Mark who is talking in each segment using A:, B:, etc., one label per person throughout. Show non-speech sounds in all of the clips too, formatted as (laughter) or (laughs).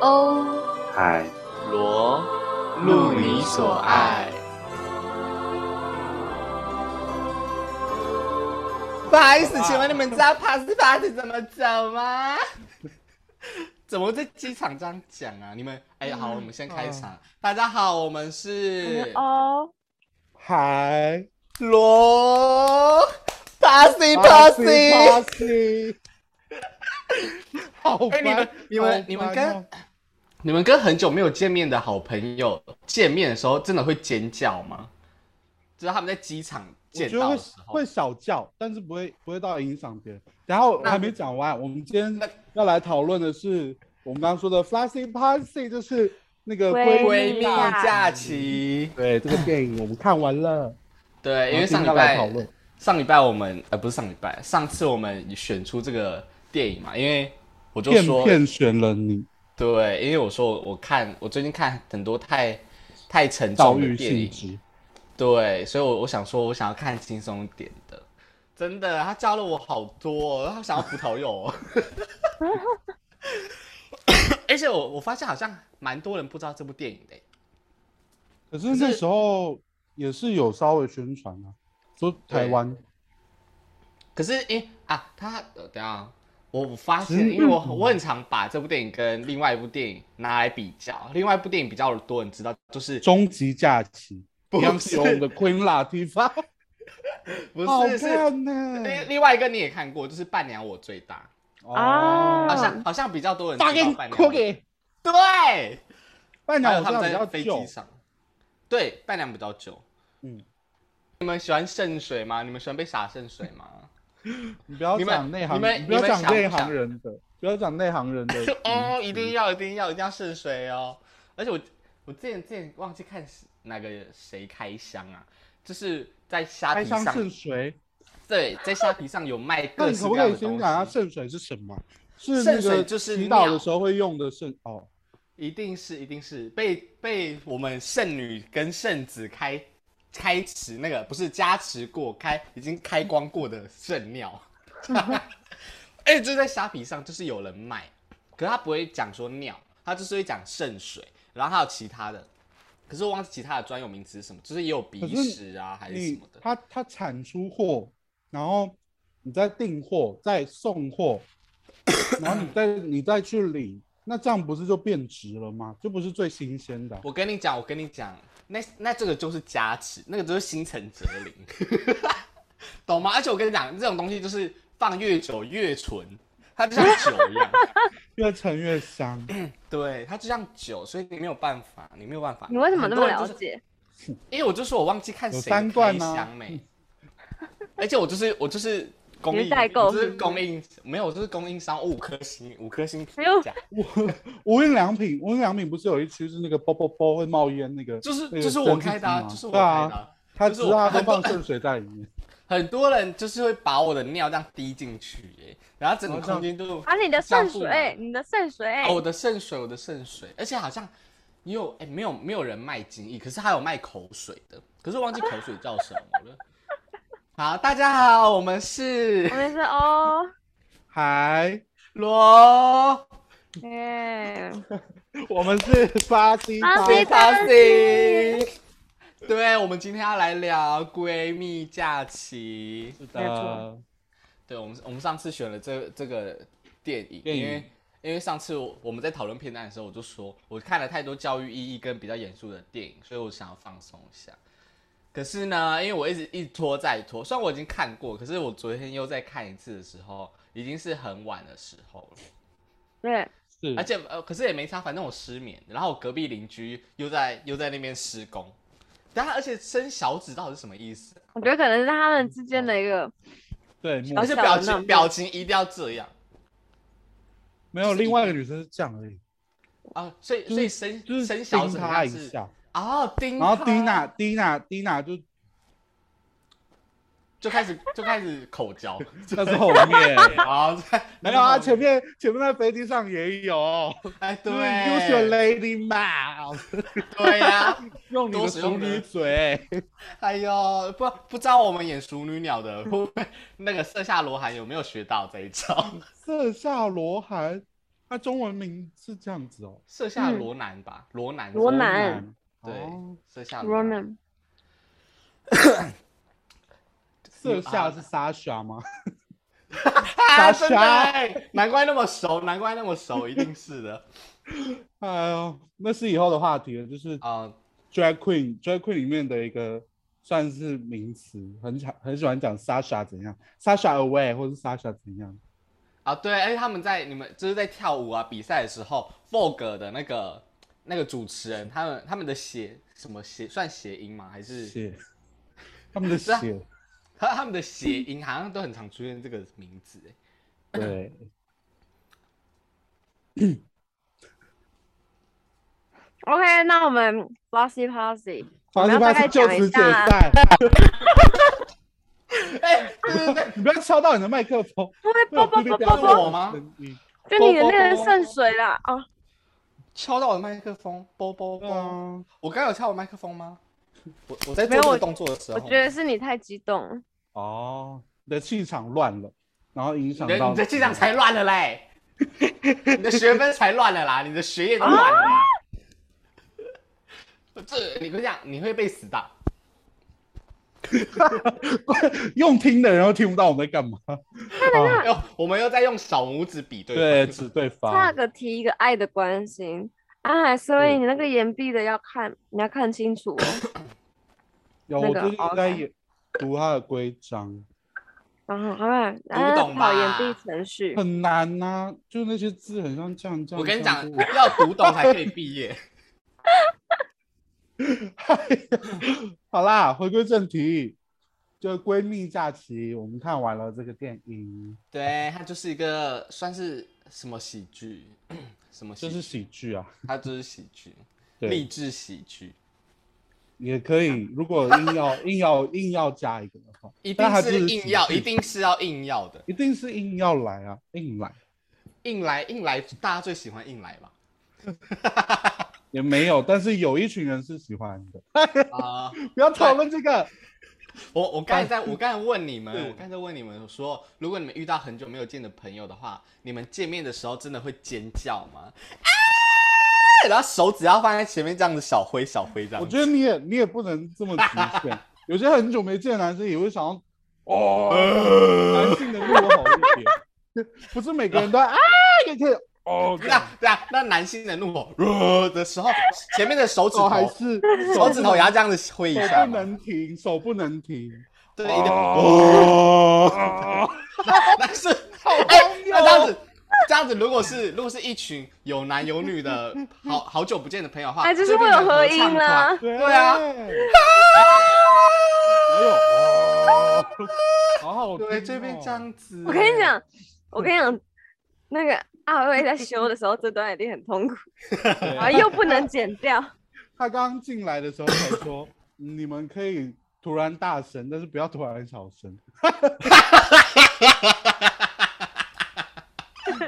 A: 欧
B: 海
C: 罗，
D: 路你所爱。
E: 不好意思，请问你们知道 pass party 怎么走吗？怎么在机场这样讲啊？你们哎，好，我们先开场。大家好，我们是
A: 嗯哦欧
B: 海
E: 罗 Passy Passy。
B: Pussy，好
E: 哎，你们
B: 烦哦
E: 你
B: 好
E: 们
B: 烦
E: 你
B: 哦
E: 们跟你们跟很久没有见面的好朋友见面的时候，真的会尖叫吗？就是他们在机场
B: 我
E: 见
B: 觉得
E: 到
B: 会
E: 的时候
B: 会，小叫，但是不会不会到影响别人。然后
E: 那
B: 还没讲完，我们今
E: 那
B: 天要来讨论的是我们刚刚说的 Flashy Pussy，就是那个
A: 闺
E: 闺蜜
A: 蜜啊
E: 假期。
B: 对这个电影我们看完了，
E: 对，哎因为
B: 然
E: 上
B: 后今天
E: 礼
B: 要来讨
E: 拜
B: 论
E: 上礼拜我们呃不是上礼拜，上次我们选出这个电影嘛，因为我就
B: 骗
E: 说
B: 骗选了你，
E: 对，因为我说我看我最近看很多太太沉
B: 教
E: 重
B: 育
E: 的电
B: 性
E: 影，
B: 质。
E: 对，所以我我想说我想要看轻松一点的。真的，他教了我好多、哦，他想要葡萄柚、哦，而且我我发现好像蛮多人不知道这部电影的耶，
B: 可是那时候也是有稍微宣传啊，说台湾
E: 可是因啊，他呃等一下啊，我我发现，
B: 嗯
E: 因为我我很常把这部电影跟另外一部电影拿来比较，另外一部电影比较多人知道，就是
B: 《终极假期》
E: 不
B: 杨
E: 是
B: 紫红的 Queen Latifah，
E: 哦不
B: 好
E: 是哎是
B: 看呢、
E: 另另外一个你也看过，就是《伴娘我最大》，
A: 啊
E: 好像好像比较多人知道
B: 哦大
E: 《
B: 给
E: 伴娘我》
B: cookie，
E: 对，
B: 伴
E: 还
B: 娘
E: 有
B: 我
E: 他
B: 知道
E: 们
B: 比
E: 在
B: 较
E: 飞
B: 旧
E: 机，上，对，《伴娘》比较久。
B: 嗯，
E: 你们喜欢圣水吗？你们喜欢被洒圣水吗？
B: 你不要
E: 你们
B: 讲内行
E: 你们
B: 人，不要讲
E: 你们想不
B: 内
E: 想。
B: 行人的，不要讲内行人的
E: (laughs)
B: 嗯
E: 哦，一定要，一定要，一定要圣水哦！而且我我之前之前忘记看是哪个谁开箱啊，就是在虾
B: 开
E: 皮
B: 箱
E: 上，
B: 圣水，
E: 对，在虾皮上有卖
B: 那
E: 各
B: 你
E: 式
B: 可不
E: 各
B: 可
E: 样
B: 以
E: 的
B: 先
E: 东
B: 讲下
E: 西，
B: 圣水是什么？是
E: 圣
B: 那
E: 水
B: 个
E: 就是
B: 祈祷
E: 庙
B: 的时候会用的圣哦，
E: 一定是一定是被被我们圣女跟圣子开开持那个不是加持过开已经开光过的圣尿， (laughs) 哎、就在虾皮上就是有人卖，可是他不会讲说尿，他就是会讲圣水，然后还有其他的，可是我忘记其他的专有名词是什么，就是也有鼻
B: 可是
E: 屎啊还是什
B: 你
E: 么的，
B: 他他产出货，然后你再订货，再
E: (coughs)
B: 送货，然后你再你再去领，那这样不是就变值了吗？就不是最新鲜的啊。
E: 我跟你讲，我跟你讲，那那这个就是加持，那个就是心诚则
B: (laughs)
E: 灵，懂吗？而且我跟你讲，这种东西就是放越久越纯，它就像酒一
B: (laughs)
E: 样，
B: 越沉越香。
E: 对，它就像酒，所以你没有办法，你没有办法。
A: 你为什么那么了
E: 很多人就是？
A: 解？
E: 因为我就说我忘记看
B: 有
E: 谁的
B: 三罐
E: 开
B: 啊
E: 箱没，而且我就是我就是供
A: 你
E: 应
A: 是代购
E: 我就是是
A: 不是
E: 供应，没有，我就是供应商五颗星，五颗星
A: 哎呦
E: 评价，
B: 无印良品，无印良品不是有一区是那个啵啵啵会冒烟那个？
E: 就是
B: 那个
E: 就是我
B: 蒸汽
E: 开的啊，
B: 机吗
E: 就是我
B: 对
E: 开的
B: 啊，
E: 啊。
B: 他
E: 就
B: 知
E: 是我
B: 道他
E: 很
B: 都
E: 多
B: 放圣水在里面。
E: 很多人就是会把我的尿这样滴进去、耶，然后整个空间都
A: 啊，你的圣水，你的圣水，哎
E: 哦我的圣水，我的圣水，而且好像也有哎、没有没有人卖精液，可是还有卖口水的，可是忘记口水叫什么了。
A: (laughs)
E: 好，大家好，我们是
A: 我们是哦欧，
B: 嗨，
E: 罗
A: 哎，
B: 我们是巴西
A: 巴西
B: 巴
A: 对
E: 巴西，对，我们今天要来聊闺蜜假期。
B: 是
A: 没
B: 的
A: 错，
E: 对，我们我们上次选了这这个电影，
B: 电影
E: 因为因为上次我我们在讨论片段的时候，我就说我看了太多教育意义跟比较严肃的电影，所以我想要放松一下。可是呢，因为我一直一拖再拖，虽然我已经看过，可是我昨天又再看一次的时候，已经是很晚的时候了。
A: 对，
B: 是
E: 而且呃，可是也没差，反正我失眠，然后我隔壁邻居又在又在那边施工，但他而且伸小指到底是什么意思？
A: 我觉得可能是他们之间的一个，
B: 对，
A: 小
E: 而
B: 没
E: 且
A: 小的
E: 表
A: 那
E: 情
A: 种
E: 表情一定要这样
B: 没有另外一个女生是这样而已，
E: 啊，所以
B: 就是
E: 所以伸
B: 就是
E: 伸小
B: 盯
E: 指
B: 他
E: 他
B: 一
E: 是
B: 下，
E: 哦，盯
B: 然后
E: 他
B: 蒂娜蒂娜蒂娜就
E: (laughs) 就开始就开始口交，
B: 那是后面，
E: 好，
B: (laughs) 没有啊，
E: 然后
B: 前面前面在飞机上也有，
E: 哎对
B: 就是，use your lady mouth，
E: 对呀、
B: (laughs) 用你
E: 多
B: 的
E: 使用
B: 熟女
E: 的
B: 嘴。
E: (laughs) 哎呦，不不知道我们演熟女鸟的 (laughs) 会不会那个瑟夏罗韩有没有学到这一招？
B: 色下罗韩，它中文名是这样子哦。
E: 设下罗南吧，罗南，
A: 罗
B: 南
A: 南
E: 对
B: 哦，
E: 设下罗南，
A: ，Ronan，
B: 色下是 Sasha 吗？ (laughs)
E: 啊，
B: 傻
E: 真的
B: 傻
E: 欸，难怪那么熟，难怪那么熟，一定是的。 (laughs)
B: 哎呦，那是以后的话题了，就是
E: 啊，
B: drag queen，drag queen 里面的一个算是名词，很常很喜欢讲 Sasha 怎样，Sasha away 或是 Sasha 怎样。
E: 啊，对，而且他们在你们就是在跳舞啊比赛的时候，Vogue 的那个那个主持人，他们他们的谐什么谐算谐音吗？还是
B: 血，他们的
E: 是啊
B: 血，
E: 他他们的谐音好像都很常出现这个名字欸 (laughs)
B: 对。
A: OK，那我们 Flossy Posse，我
B: 法
A: 们
B: 西
A: 要
B: 巴
A: 大
B: 是
A: 概
B: 就
A: 讲一
B: 此解
A: 下，
B: 散，
A: (laughs)
E: 哎，对对对，
B: 你不要敲到你的麦克风，
A: 不会
B: 会有
A: 啵啵
B: 哔哩
A: 啵啵
B: 哔哩
E: 是
A: 啵，
E: 我吗
B: 声
A: 就
B: 音
A: 你的那个圣水啦，哦，
E: 敲到我的麦克风，啵啵
B: 对
E: 啵。
B: 啊，
E: 我刚刚有敲我麦克风
B: (laughs)
E: 吗？我我在
A: 没
E: 做
A: 有
E: 这个
A: 我
E: 动作的时
B: 啊
A: 我
E: 候，
A: 觉得是你太激动了，
B: 哦，你的气场乱了，然后影响
E: 你的
B: 到
E: 你的气场才乱了嘞，你的学分才乱了啦，你的学业都乱了
A: 啊
E: 啦。 (laughs) 这你会这样，你会被死到。
B: 用听的人又听不到我们在干嘛， (laughs) 啊
E: 哟，我们 (laughs) 又在用小拇指比对。
B: 对，指对
A: 差
B: 方，
A: 个提一个爱的关心。啊，所以你那个岩壁的要看，你要看清楚哦。
B: (laughs) 有
A: 那
B: 我
A: 个
B: 最近
A: OK
B: 在也读他的规章，
A: 然嗯后，好啊吧，
E: 读
A: 然后
E: 懂吧
A: 考岩壁程序。
B: 很难呐，就那些字很像这样这样，
E: 我跟你
B: 这样
E: 讲
B: 这样，
E: (laughs) 要读懂才可以毕业。
B: (laughs) 好啦，回归正题，就闺蜜假期，我们看完了这个电影，
E: (laughs) 对，它就是一个算是什么喜剧， (clears throat) 什么
B: 这
E: 喜剧，
B: 是喜剧啊，
E: 它就是喜剧，
B: 对
E: 励志喜剧，
B: 也可以，如果硬要硬要硬要加一个的话，
E: 一
B: 但它
E: 定
B: 就是是
E: 硬要，
B: 喜剧
E: 一定是要硬要的，
B: 一定是硬要来啊，硬来
E: 硬来硬来，大家最喜欢硬来吧。
B: 也没有，但是有一群人是喜欢的。 (laughs)
E: 啊、
B: 不要讨论这个，
E: (laughs) 我我刚才在，我刚才问你们，
B: 是
E: 我刚才在问你们说，如果你们遇到很久没有见的朋友的话，你们见面的时候真的会尖叫吗？啊！然后手指要放在前面这样子小挥小挥这样
B: 我
E: 子。
B: 觉得你也你也不能这么局
E: (laughs)
B: 限。有些很久没见的男生也会想要，哦，男性的路好一点，不是每个人都啊也可以
E: (laughs)
B: 哦，这
E: 那
B: 样
E: 对啊，那男性的怒吼、呃、的时候，前面的手指头、
B: 手哦还是
E: 手指头也要这样子挥一
B: 手
E: 下
B: 不
E: 嘛，
B: 能停，手不能停。
E: 对，一定
B: 哦，
E: 但是
B: 好哦
E: 哎
B: 荒，谬
E: 那这样子，这样子，如果是如果是一群有男有女的，好好久不见的朋友的话，
A: 哎，就是
E: 就
A: 会
E: 变
A: 有
E: 成
A: 合
E: 唱
A: 音
E: 团
A: 啦。
B: 对
E: 对啊
B: 没有，哦好好听哦
E: 对，这边这样子。
A: 我跟你，
E: 嗯
A: 讲，我跟你讲，那个阿威在修的时候，这段一定很痛苦，
B: 对
E: 啊
A: 然后又不能剪掉。
B: 哎他刚进来的时候才说，你们可以突然大声，但是不要突然小
E: (laughs)
B: 声。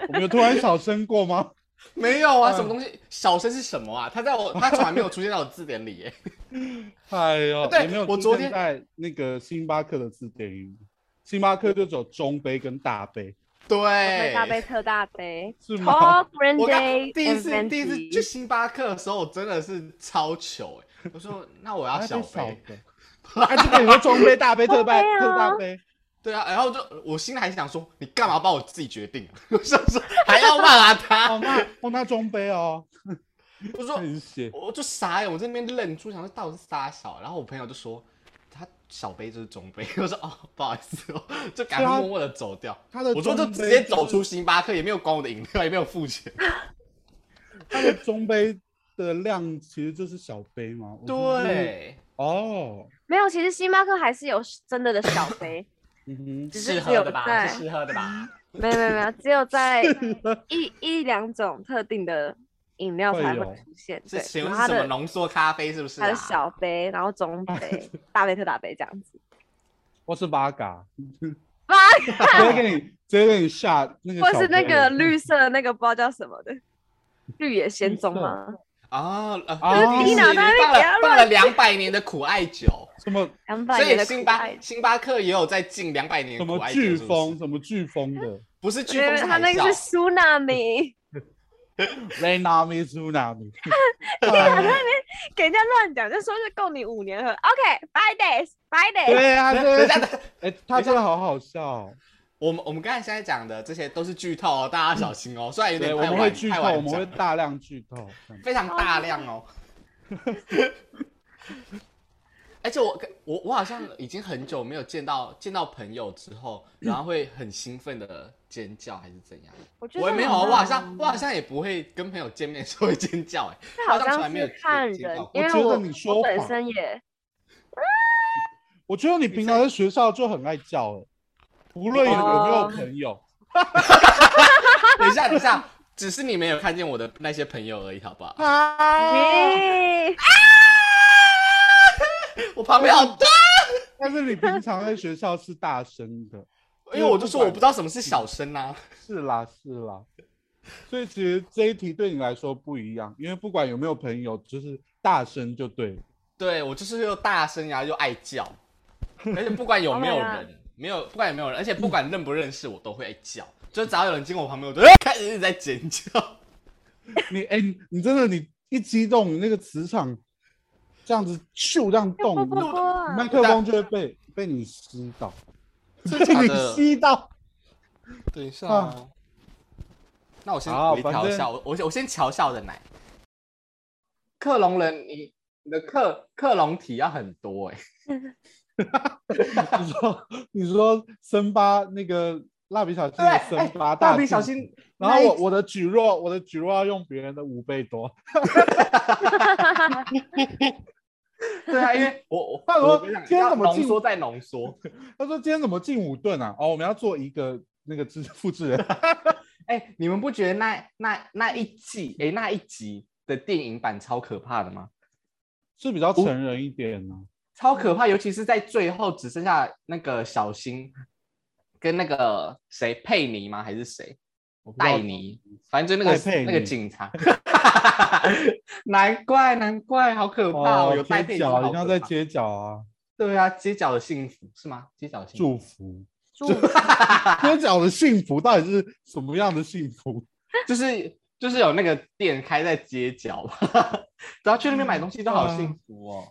B: 我们有突然小声过吗？
E: 没有
B: 嗯
E: 啊，什么东西？小声是什么啊？他在我，他从来没有出现在我字典
A: (laughs)
E: 里耶。
B: 哎呦，
E: 对
B: 也没有
E: 我
B: 出
E: 昨
B: 现
E: 天
B: 在那个星巴克的字典里，星巴克就只有中杯跟大杯，
E: (laughs) 对，
A: 会大杯特大杯
B: 是吗
A: ，Tall Grande
E: 我刚
A: and
E: (laughs) 第一次
A: Venti。
E: 第一次去星巴克的时候，我真的是超糗哎、我说那我要
B: (laughs) 还
E: 小
B: 得少
E: 杯，
B: 的。啊，就跟你说中
A: (laughs)
B: 杯、大杯、特杯、
A: 中杯啊
B: 特大杯，
E: 对啊，然后就我心里还想说，你干嘛帮我自己决定、啊？ (laughs) 我想说还要骂他，
B: (laughs) 哦，那哦那中杯哦，
E: 我说
B: 很写
E: 我就傻眼，我这边愣住，想说到底是傻小，然后我朋友就说他小杯就是中杯， (laughs) 我说哦不好意思哦，就赶
B: 对
E: 快
B: 啊
E: 默默的走掉。
B: 他的
E: 我说就
B: 中杯
E: 直接
B: 就是
E: 走出星巴克，也没有管我的饮料，也没有付
B: (laughs)
E: 钱。
B: 它的中杯的量其实就是小杯嘛。我们就是，
E: 对，
B: 哦，
A: 没有，其实星巴克还是有真的的小杯，
B: 嗯哼。
A: 只
E: 适
A: 是
E: 合
A: 只有
E: 的吧，
A: 在嗯
E: 是适合的吧。
A: 没有没有没有，只有
E: (laughs)
A: 在一一两种特定的饮料才会
B: 会有
A: 出现。
E: 是
A: 对，
E: 请
A: 然
E: 问
A: 后它
E: 是什么啊
A: 的
E: 浓缩咖啡？是不是、
A: 它
E: 啊？
A: 的小杯，然后中杯、
E: (laughs)
A: 大杯特大杯这样子。
B: 或是 v 嘎，
A: 哇，
B: (laughs) 直接给你直接给你下那个，
A: 或是那个，绿色的那个不知道叫什么的，绿野仙踪吗？
E: 哦，呃
A: 啊
E: 就是
B: 哦你
E: 你
A: 脑袋被
E: 放
A: 给它
E: 了
A: 乱
E: 放了两百年的苦艾酒，
B: 什么
A: (laughs) 两百
E: 所
A: 年
E: 以
A: 的
E: 星
A: 苦
E: 巴
A: 艾，
E: 星巴克也有在近两百年
B: 什
E: 的苦
B: 么
E: 艾酒，
B: 飓
E: 是不是
B: 风，什么飓风的，
E: 不是飓
A: 对
E: 风，是
A: 它
E: 海
A: 那个是
E: 啸。
A: 苏纳米，
B: 雷纳米苏纳米，
A: (laughs) 给人家乱讲，就说是供你五年喝。OK，five days，five days。
B: 对啊，
E: 等
B: 对
E: (laughs) 一下
B: 啊，， (laughs) 哎，他真的好好笑哦，
E: 我们我们刚才现在讲的这些都是剧透哦，大家小心哦。虽然有点
B: 对，我
E: 太晚
B: 们会剧
E: 太
B: 透，
E: 晚
B: 我们会
E: 讲
B: 大量剧透，这样
E: 非常大量
B: (laughs)
E: 哦。而且我跟我我好像已经很久没有见到见到朋友之后，然后会很兴奋的尖叫还是怎样？
A: 我觉得
E: 我也没有，
A: 很
E: 我好
A: 好啊
E: 像我好像也不会跟朋友见面的时候会尖叫哎、
A: (laughs) 这好
E: 好像从来
A: 像
E: 没有
A: 是
E: 接
A: 看
E: 接
A: 人 (laughs)
E: 到，
A: 因
B: 我
A: 为
B: 觉得
A: 我
B: 你说
A: 我本
B: 谎
A: 身也
B: 我觉得你平常在学校就很爱叫了，无论有没有朋友，
E: 等一下等一下，只是你没有看见我的那些朋友而已，好不好？
A: 嗯
B: 啊，
A: 咦，
E: 我旁边好大，
B: (laughs) 但是你平常在学校是大声的，
E: (laughs) 因为我就说我不知道什么是小声啊。
B: 是啦是啦，所以其实这一题对你来说不一样，因为不管有没有朋友，就是大声就对了。
E: 对我就是又大声呀、又爱叫，
A: (laughs)
E: 而且不管有没有
A: Oh my
E: 人，没有不管有没有人，而且不管认不认识我都会叫，就只要有人经过我旁边，我就哎开始一直在尖叫。
B: 你哎、你你真的你一激动，你那个磁场这样子咻这样动，
A: 不
B: 你
A: 不不， (laughs)
B: 麦克风就会被被你吸到， (laughs) 被
E: 假
B: 你
E: 的
B: 吸到。 (laughs)
E: 等一下哦
B: 啊
E: 那我先
B: 好
E: 微调一下，我我先我先瞧一下我的奶。克隆人，你你的克克隆体要很多哎、
B: 你说你说森巴那个蜡笔小新的
E: 对，哎
B: 森巴
E: 蜡
B: 帝
E: 笔小
B: 国，
E: 新，
B: 然
E: 那
B: 后
E: 一
B: 我我的举弱我的举弱要用别人的五倍多，
E: 对啊，因为 (laughs) 我我
B: 他说
E: 我跟你讲
B: 今天
E: 要
B: 怎么进
E: 浓缩再浓缩？
B: 他说今天怎么进五顿啊？哦，我们要做一个那个制复制人，
E: (laughs) 哎、你们不觉得那那那一季哎、那一集的电影版超可怕的吗？
B: 是比较成人一点呢、
E: 超可怕，尤其是在最后只剩下那个小新跟那个谁佩妮吗？还是谁？
B: 我不知道
E: 戴尼，反正就那
B: 戴佩
E: 个
B: 妮
E: 那个警察。 (laughs) 难怪难怪，好可怕哦！
B: 哦，
E: 有戴佩
B: 街
E: 妮，
B: 角
E: 好
B: 一定要在
E: 可怕
B: 街角啊，
E: 对啊，街角的幸福是吗？街角的幸 (laughs)
B: 祝
E: 福。
B: 福。
A: 祝
E: (laughs)
B: 街角的幸福到底是什么样的幸福？
E: 就是就是有那个店开在街角吧， (laughs) 只要去那边买东西都好
B: 嗯
E: 幸福哦。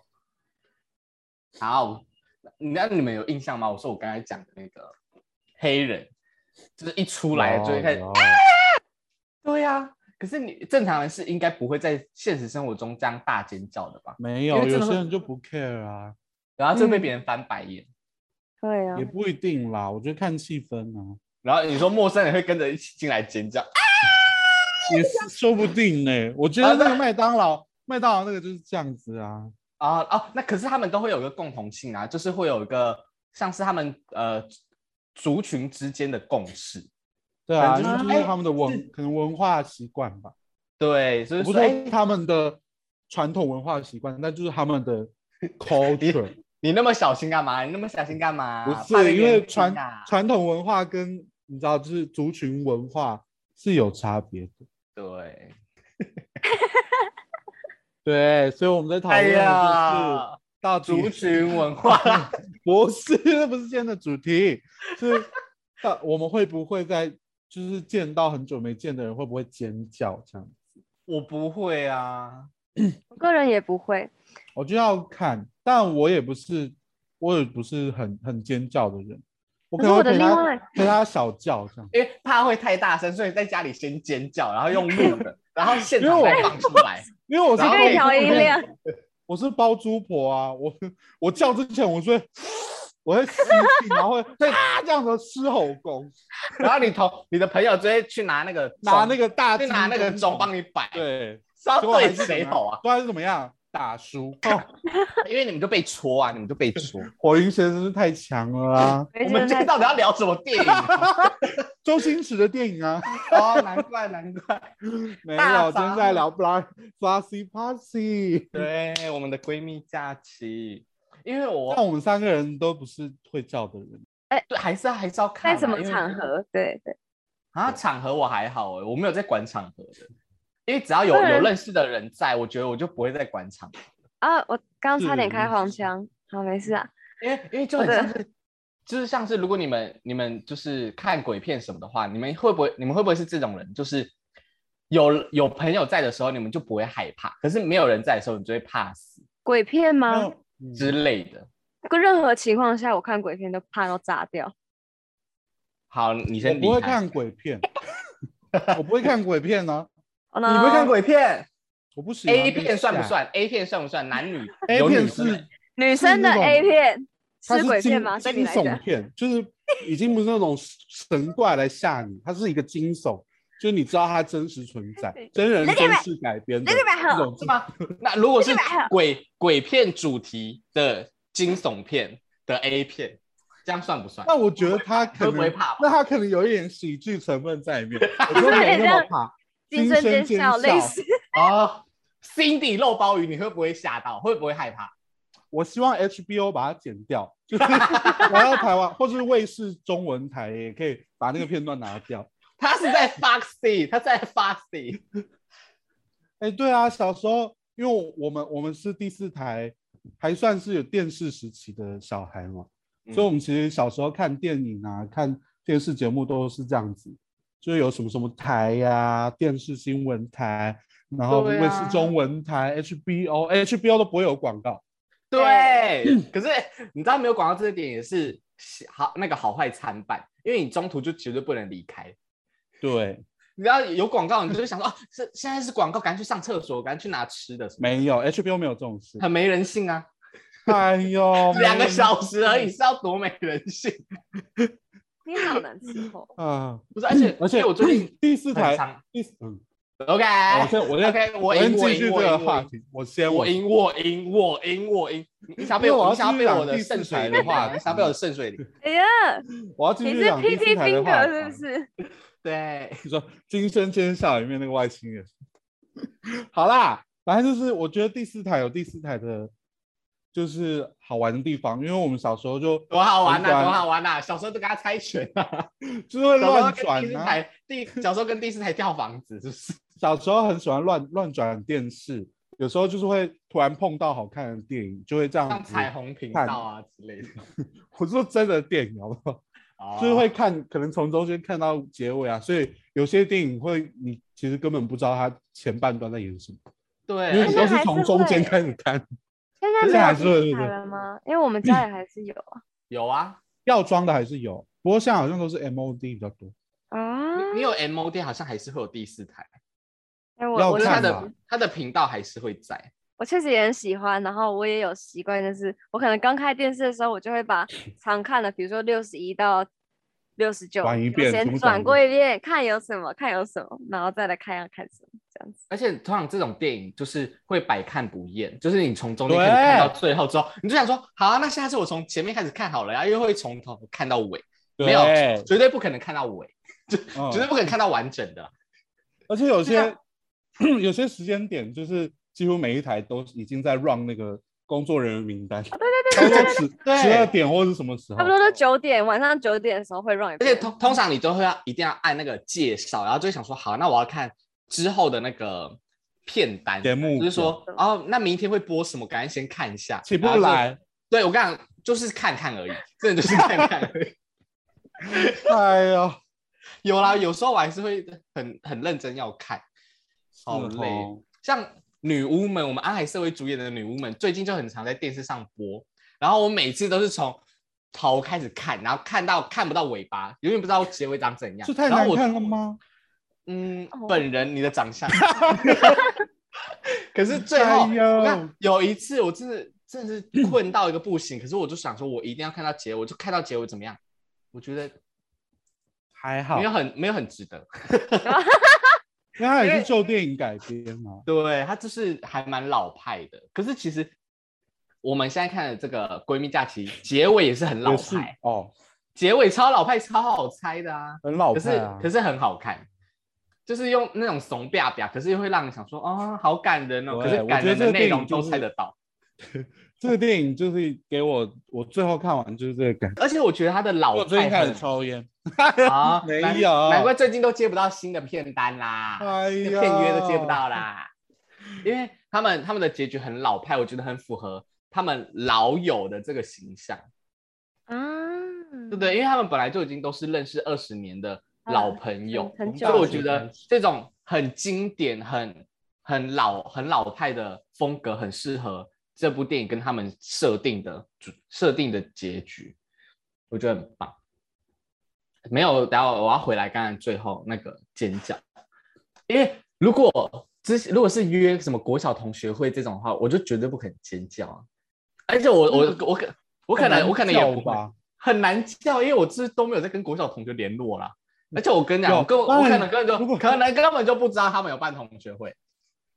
E: 好，那你们有印象吗？我说我刚才讲的那个黑人，就是一出来就会开始，
B: 有
E: 对呀、可是你正常人是应该不会在现实生活中这样大尖叫的吧？
B: 没
E: 因
B: 有，
E: 为真
B: 有
E: 的
B: 些
E: 会
B: 人就不 care 啊，
E: 然后就被别人翻白眼，
A: 对啊
B: 也，不一定啦。我觉得看气氛啊，
E: 然后你说陌生人会跟着一起进来尖叫，
B: 也是说不定呢、我觉得那个麦当劳，麦当劳那个就是这样子啊。
E: 啊哦，那可是他们都会有一个共同性啊，就是会有一个像是他们呃族群之间的共识。
B: 对啊，
E: 反
B: 因为
E: 正
B: 就
E: 就是是
B: 他们的文、
E: 是
B: 可能文化习惯吧，
E: 对，所
B: 我
E: 以
B: 不
E: 说，
B: 是
E: 哎、
B: 说他们的传统文化习惯，那就是他们
E: (laughs)
B: 的 culture，
E: 你那么小心干嘛？你那么小心干嘛？
B: 不
E: 怕被
B: 是因
E: 别人
B: 为
E: 听
B: 传
E: 啊
B: 传统文化跟你知道就是族群文化是有差别的。
E: 对，
B: 对，所以我们在讨
E: 哎
B: 论的
E: 呀，
B: 就是到底
E: 族群文化， (laughs)
B: (laughs) 不是，这不是今天的主题，是到我们会不会在就是见到很久没见的人会不会尖叫这样？
E: 我不会啊。
A: 我个人也不会。
B: 我就要看，但我也不是，我也不是很很尖叫的人，我
A: 可
B: 能
A: 是
B: 会
A: 我的
B: 陪
A: 另
B: 他
A: 外，
B: 陪他小叫这样。
E: 因为怕会太大声，所以在家里先尖叫，然后用录的，然后现场
B: 因为
E: 再
B: 我
E: 放出来。
B: 因为我是
E: 然后
A: 你
B: 包
A: 可以调
B: 租
A: 音
B: 婆
A: 量，
B: 我是包租婆啊，我我叫之前我是会我会吸气，然后会会啊这样的狮吼功，
E: 然后你同你的朋友就会去拿那个
B: 拿
E: 钟
B: 那个大
E: 就拿
B: 金
E: 那个
B: 钟
E: 钟帮你摆，，
B: 对，
E: 是要
B: 结果还
E: 对
B: 是怎么
E: 谁
B: 样
E: 吼啊？
B: 最后还是怎么样？打
E: (laughs)
B: 输。
E: 因为你们就被戳啊，你们就被
A: (laughs)
E: 戳。
B: 火云邪真是太强了啊！
A: 我
E: 我们今天到底要聊什么电影啊？
B: 周星驰的电
A: (laughs)
B: 影啊，
E: (laughs) 哦，难怪难怪。
B: 没
E: 大
B: 有，今天
E: 杂
B: 在聊 Bla Flashy
E: (laughs)
B: Party。
E: 对，我们的闺蜜假期，因为
B: 但
E: 我
B: 我们三个人都不是会叫的人，
E: 对还是要还是要
A: 在
E: 看啊、
A: 什么
E: 因为
A: 场合？对对，
E: 啊？场合我还好哎、我没有在管场合的，因为只要有
A: 个人
E: 有认识的人在，我觉得我就不会再管场合，
A: 啊，我刚差点
B: 是
A: 开
B: 是
A: 黄
B: 是
A: 腔，好，没事啊。
E: 因为因为就
A: 好
E: 很
A: 的
E: 像是。就是像是如果你们你们就是看鬼片什么的话，你们会不会你们会不会是这种人？就是有有朋友在的时候，你们就不会害怕；可是没有人在的时候，你就会怕死
A: 鬼片
B: 那
A: 吗？
B: 嗯
E: 之类的。
A: 跟任何情况下，我看鬼片都怕到炸掉。
E: 好，你
B: 我
E: 先离
B: 不会
E: 开
B: 看
E: (laughs)
B: 鬼片，我不会看鬼片呢、
A: 哦
E: 你不会看鬼片
B: 我不喜欢
E: ？A
B: 被
E: 片算不
B: 吓
E: 算？A 片算不算？男女
B: ？A
E: 啊有女
B: 片
E: 生
B: 是
A: 女生的
B: 那种
A: A 片
B: 它
A: 是鬼
B: 惊
A: 片吗？对你
B: 惊
A: 来讲，
B: 悚，片，就是已经不是那种神怪来吓你，它是一个惊悚，就是你知道它真实存在真人
A: 那个
B: 真
A: 吧
B: 事改编的
A: 那个吧
B: 这种
E: 是吗？那如果是
A: 这个还好
E: 鬼鬼片主题的惊悚片的 A 片，这样算不算？
B: 那我觉得他可
E: 会不会 (laughs)
B: 能，
E: 怕吧？
B: 那他可能有一点喜剧成分在
E: (laughs)
B: 里面，我觉得没那么怕。
A: 惊声尖笑类
B: (laughs)
A: 似。
E: 哦，Cindy 肉包鱼，你会不会吓到？会不会害怕？
B: 我希望 HBO 把它剪掉，就是来到台湾，或 (laughs) 是卫视中文台也可以把那个片段拿掉。
E: 他是
B: (laughs)
E: 在 Foxy，他在 Foxy。
B: 哎，对啊，小时候因为我们我们是第四台，还算是有电视时期的小孩嘛，所以我们其实小时候看电影啊、看电视节目都是这样子，就是有什么什么台呀、电视新闻台，然后
E: 对
B: 卫
E: 啊
B: 视中文台、HBO、HBO 都不会有广告。
E: 对，
B: 嗯
E: 可是你知道没有广告这一点也是好那个好坏参半，因为你中途就绝对不能离开。
B: 对，
E: 你知道有广告，你就会想说哦，是现在是广告，赶紧去上厕所，赶紧去拿吃的什么，
B: 没有 HBO 没有这种事。
E: 很没人性啊！，
B: 哎呦
E: (laughs) 两个小时而已，是要多没人性？
A: 你好难伺候。
B: 啊！
E: 不是，而且
B: 而且
E: 我最近
B: 第四
E: 很
B: 台
E: 常
B: 第四，嗯，
E: OK，
B: 我先我先
E: OK，我
B: 我
E: 赢
B: 先
E: 我
B: 继续
E: 赢
B: 这
E: 我
B: 个
E: 赢我
B: 话
E: 赢
B: 题，我先
E: 我赢我赢我赢我赢，你你想被
B: 因为
E: 我
B: 我要
E: 你想
B: 继
E: 被
B: 续
E: 我
B: 讲
E: 的
B: 第四
E: 圣水
B: 台
E: 的
B: 的
E: 话，
B: 话嗯
E: 你想被我的圣水里？
A: 哎呀，
B: 我要继
A: 你
B: 续
A: 是
B: 讲第
A: P
B: 四
A: T
B: 台的话
A: finger
B: 题啊
A: 是不是？
E: 对，
B: 你说《惊声尖笑》里面那个外星人。 (laughs) 好啦，反正就是我觉得第四台有第四台的，就是好玩的地方，因为我们小时候就
E: 多好玩
B: 很
E: 呐，
B: 短
E: 多好玩呐！小时候都跟他猜拳
B: (laughs)
E: 啊，
B: 就是会
E: 小时候
B: 乱
E: 跟第四
B: 转啊，
E: 台第小时候跟第四台跳房子，是不
B: (laughs)
E: 是？
B: 小时候很喜欢乱乱转电视，有时候就是会突然碰到好看的电影，就会这样
E: 像
B: 子。
E: 彩虹频道啊之类的，
B: 我是说真的电影，好不好？
E: 哦
B: 就是会看，可能从中间看到结尾啊，所以有些电影会你其实根本不知道它前半段在演什么，
E: 对，
B: 因为
E: 而
B: 你
E: 且
B: 都是从中间开始看。
A: 现
B: 现在
A: 在
B: 还
A: 没
B: 是
A: 有
B: 会
A: P 台了吗？因为我们家里还是有啊。
E: 有啊，
B: 药妆的还是有，不过现在好像都是 MOD 比较多。
A: 啊，
E: 你你有
B: 嗯
E: MOD 好像还是会有第四台，啊
A: 哎，我
B: 要
A: 我
E: 就是他
B: 看
A: 确
B: 吧
E: 的他的频道还是会在。
A: 我确实也很喜欢，然后我也有习惯，就是我可能刚开电视的时候，我就会把常看的，比如说六十一到六十九，
B: 转一
A: 我
B: 遍全
A: 先
B: 部
A: 转
B: 转
A: 过
B: 过
A: 一遍，看有什么，看有什么，然后再来看要看什么，这样子。
E: 而且通常这种电影就是会百看不厌，就是你从中间开始看到最后之后，你就想说，好、啊，那下次我从前面开始看好了，然啊后又会从头看到尾，没有
B: 对，
E: 绝对不可能看到尾，
B: 嗯
E: 绝对不可能看到完整的。
B: 而且有
E: 对
B: 些有些 (clears throat) 时间点，就是几乎每一台都已经在 run 那个工作人员名单，对对对，十
E: 对
B: 十二点或是什么时候
A: 差不，多都九点，晚上九点的时候会让一
E: 而且
A: 遍。
E: 通通常你都会要一定要按那个介绍，然后就会想说，好，那我要看之后的那个片单
B: 节目
E: 就是说，哦，那明天会播什么？赶紧先看一下。
B: 起不
E: 然后就
B: 来，
E: 对我跟你讲，就是看看而已，真的就是看看而已。 (laughs)
B: 哎呀，
E: 有啦，有时候我还是会很很认真要看，好
B: 是
E: 累。
B: 哦
E: 像女巫们，我们安海社会主演的女巫们，最近就很常在电视上播。然后我每次都是从头开始看，然后看到看不到尾巴，永远不知道结尾长怎样。
B: 这太
E: 然后
B: 难
E: 我
B: 看了吗？
E: 嗯
A: 哦，
E: 本人你的长
B: (laughs)
E: 相。可是最后，
B: 哎呦
E: 我看有一次我真的真的是困到一个不行，可是我就想说，我一定要看到结尾，我就看到结尾怎么样？我觉得
B: 还好，
E: 没
B: 因
E: 有
B: 为
E: 很没有很值得。
B: 它也是旧电影改编嘛。
E: 对，它就是还蛮老派的。可是其实我们现在看的这个《闺蜜假期》结尾也是很老
B: 也是
E: 派，
B: 哦，
E: 结尾超老派、超好猜的啊。
B: 很老
E: 可是、
B: 派啊。
E: 可是很好看，就是用那种怂吧吧，可是又会让你想说哦，好感人哦。可
B: 对
E: 是
B: 我
E: 感
B: 觉得
E: 人
B: 这
E: 的
B: 个
E: 内
B: 电影
E: 容
B: 就
E: 都
B: 是
E: 猜得到，
B: 这个电影就是给我，我最后看完就是这个感觉。
E: 而且我觉得他的老
B: 我最
E: 派
B: 近开
E: 很
B: 始抽烟，
E: 啊，
B: (laughs) 没
E: 难
B: 有
E: 难怪最近都接不到新的片单啦。
B: 哎
E: (laughs) 片
B: 呀，
E: 约都接不。到啦，因为他们他们的结局很老派，我觉得很符合他们老友的这个形象，
A: 嗯，
E: 对不对？因为他们本来就已经都是认识二十年的老朋友，
A: 很很
E: 所以
A: 久
E: 我
A: 了，
E: 觉得这种很经典、很很老、很老派的风格，很适合这部电影跟他们设定的主设定的结局，我觉得很棒。没有，等下我要回来刚才最后那个尖叫，因为如果之如果是约什么国小同学会这种的话，我就绝对不肯尖叫啊！而且我我我可我可能我可能也不
B: 很难叫吧，
E: 很难叫，因为我这都没有在跟国小同学联络啦。而且我跟你讲，
B: 嗯有
E: 我跟我
B: 当
E: 我可
B: 然
E: 能根本
B: 如果
E: 就可能根本就不知道他们有办同学会，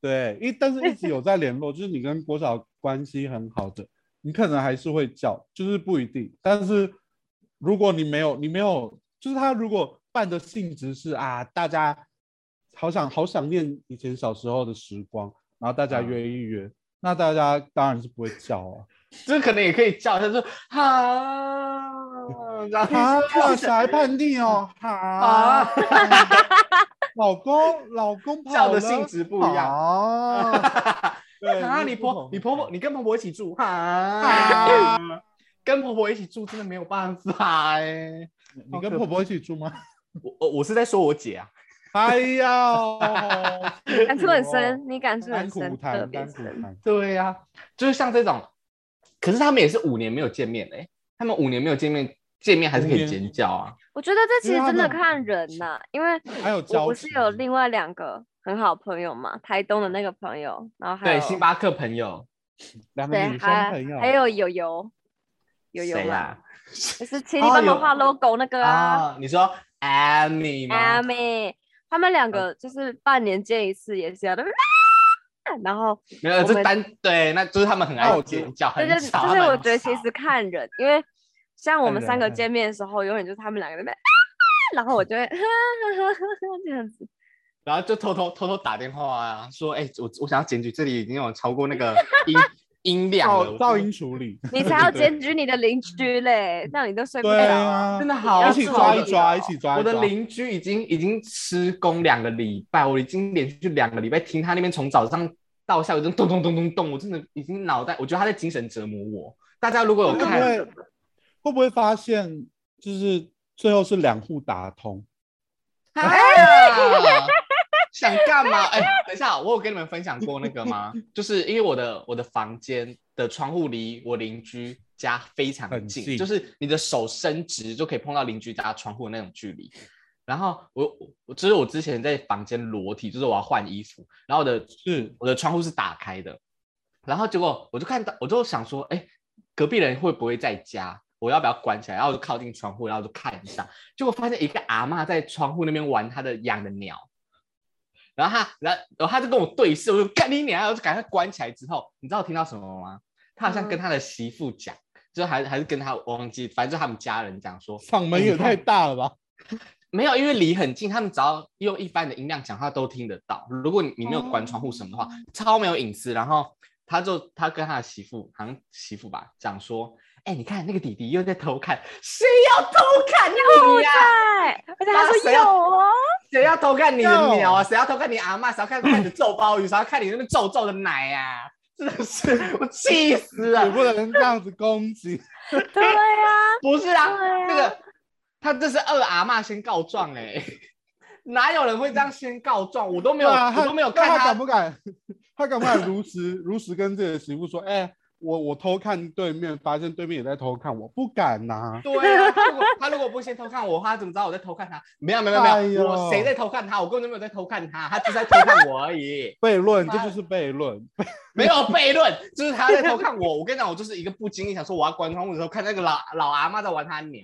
B: 对，一但是一直有在联络，就是你跟国小关系很好的，你可能还是会叫，就是不一定。但是如果你没有，你没有，就是他如果办的性质是啊，大家好想好想念以前小时候的时光，然后大家
E: 嗯
B: 约一约，那大家当然是不会叫
E: (laughs)
B: 啊。
E: 就是可能也可以叫，他说哈，然后
B: 啊，小孩叛逆哦，啊
E: 啊，
B: 老公，老公跑
E: 叫的
B: 了
E: 性质不一样。 (laughs)
B: 啊，对
E: 啊，
B: 就是
E: 你
B: 不
E: 婆
B: 同
E: 你
B: (laughs)
E: 婆婆你跟婆婆一起住
B: 啊
E: 啊，跟婆婆一起住真的没有办法哎。
B: 你跟婆婆一起住
E: (laughs)
B: 吗？
E: 我我我是在说我姐啊，
B: 哎呀，
E: 哦
A: 感触很深，，你感触
B: 甘
A: 很
B: 苦
A: 深，特
B: 谈，
A: 别
B: 甘苦
A: 深。
B: 谈，
E: 对呀、就是像这种，可是他们也是五年没有见面哎、他们五年没有见面，见面还是可
B: 五
E: 以
B: 年
E: 尖叫啊。
A: 我觉得这其
B: 因为
A: 实
B: 他
A: 真的
B: 们
A: 看人呐、因为
B: 还有
A: 我
B: 交
A: 不是
B: 情。
A: 有另外两个很好朋友嘛，台东的那个朋友，然后还有
E: 对，星巴克朋友
B: 两个
A: 对
B: 女生朋
A: 还
B: 友，
A: 还有友友，友友
E: 谁
A: 嘛，
E: 啊？
A: 就是
B: (laughs)
A: 请
B: 哦
A: 你帮
E: 友
A: 忙画 logo 那个啊，
E: 啊，你说 Amy
A: 阿
E: 吗？嗯
A: 妹，他们两个就是半年见一次，也是要的。 (laughs) 然后
E: 没有，
A: 我
E: 这
A: 们
E: 单对，那就是他们很爱
B: 那我
E: 尖叫，
A: 就
E: 很
A: 是就
E: 吵。
A: 是
E: 他们
A: 我
E: 很
A: 觉得其
E: 吵
A: 实看人，因为像我
B: 看
A: 们
B: 人嗯
A: 三个
B: 看
A: 见面的时候，永远就是他们两个在那边，然后我就会 (laughs) 这样子。
E: 然后就偷偷偷偷打电话啊，说：“哎、我我想要检举，这里已经有超过那个
B: (laughs)
E: 音音量了，
B: 噪
E: 我
B: 噪音处理，
A: 你才要
E: 对
A: 检举你的邻居嘞，那你都睡不
B: 对
A: 着。
B: 啊，
E: 真的好
B: 一起抓一
E: 吵
B: 抓，一起抓
E: 我
B: 一抓
E: 的。邻居已经已经施工两个礼拜，我已经连续两个礼拜听他那边从早上到下午就咚咚咚咚咚，我真的已经脑袋，我觉得他在精神折磨我。大家如果有
B: 会不
E: 看，
B: 会会不会发现，就是最后是两户打通？
E: 啊
B: 哎
E: 想干嘛？哎、等一下，我有跟你们分享过那个吗？ (laughs) 就是因为我的我的房间的窗户离我邻居家非常
B: 很
E: 近，
B: 近
E: 就是你的手伸直就可以碰到邻居家窗户的那种距离。然后我我就是我之前在房间裸体，就是我要换衣服，然后我的
B: 是
E: 我的窗户是打开的，然后结果我就看到，我就想说，哎，隔壁人会不会在家？我要不要关起来？然后我就靠近窗户，然后我就看一下，结果发现一个阿嬷在窗户那边玩她的养的鸟，然后她，然后然后她就跟我对视，我就干你娘！我就赶快关起来之后，你知道我听到什么吗？她好像跟她的媳妇讲，就是还还是跟她我忘记，反正就他们家人讲说，
B: 嗓门也太大了吧？ (laughs)
E: 没有，因为离很近，他们只要用一般的音量讲话都听得到。如果你你没有关窗户什么的话，超没有隐私。然后他就他跟他的媳妇，好像媳妇吧，讲说：“哎、你看那个弟弟又在偷看，谁要偷看
A: 哦
E: 你呀、
A: 对，而且他说有哦，
E: 谁要偷看你的
B: 要
E: 鸟啊？谁要偷看你阿妈？谁要看看你的皱包鱼？谁要看你那边皱皱的奶呀、啊？”真的是我气死
B: (laughs) 也
E: 了！
B: 不能这样子攻击。
A: 对呀、
E: 不是啊，
A: 对啊
E: 那个他这是二阿嬷先告状哎、 (laughs) 哪有人会这样先告状？我都没有，
B: 对啊
E: 我
B: 他
E: 都没有
B: 那
E: 看
B: 他敢不敢，他敢不敢如实如实跟自己的媳妇说，哎、我我偷看对面，发现对面也在偷看我，不敢呐、
E: 对啊，他如果他如果不先偷看我的话，他怎么知道我在偷看他？没有没有没有，
B: (laughs) 哎呦，
E: 我谁在偷看他？我根本就没有在偷看他，他只是在偷看我而已
B: (laughs) 悖论，这
E: 妈
B: 就是悖论。
E: 没有悖论，就是他在偷看我。我跟你讲，我就是一个不经意想说我要关窗户的时候，看那个老老阿妈在玩她的鸟，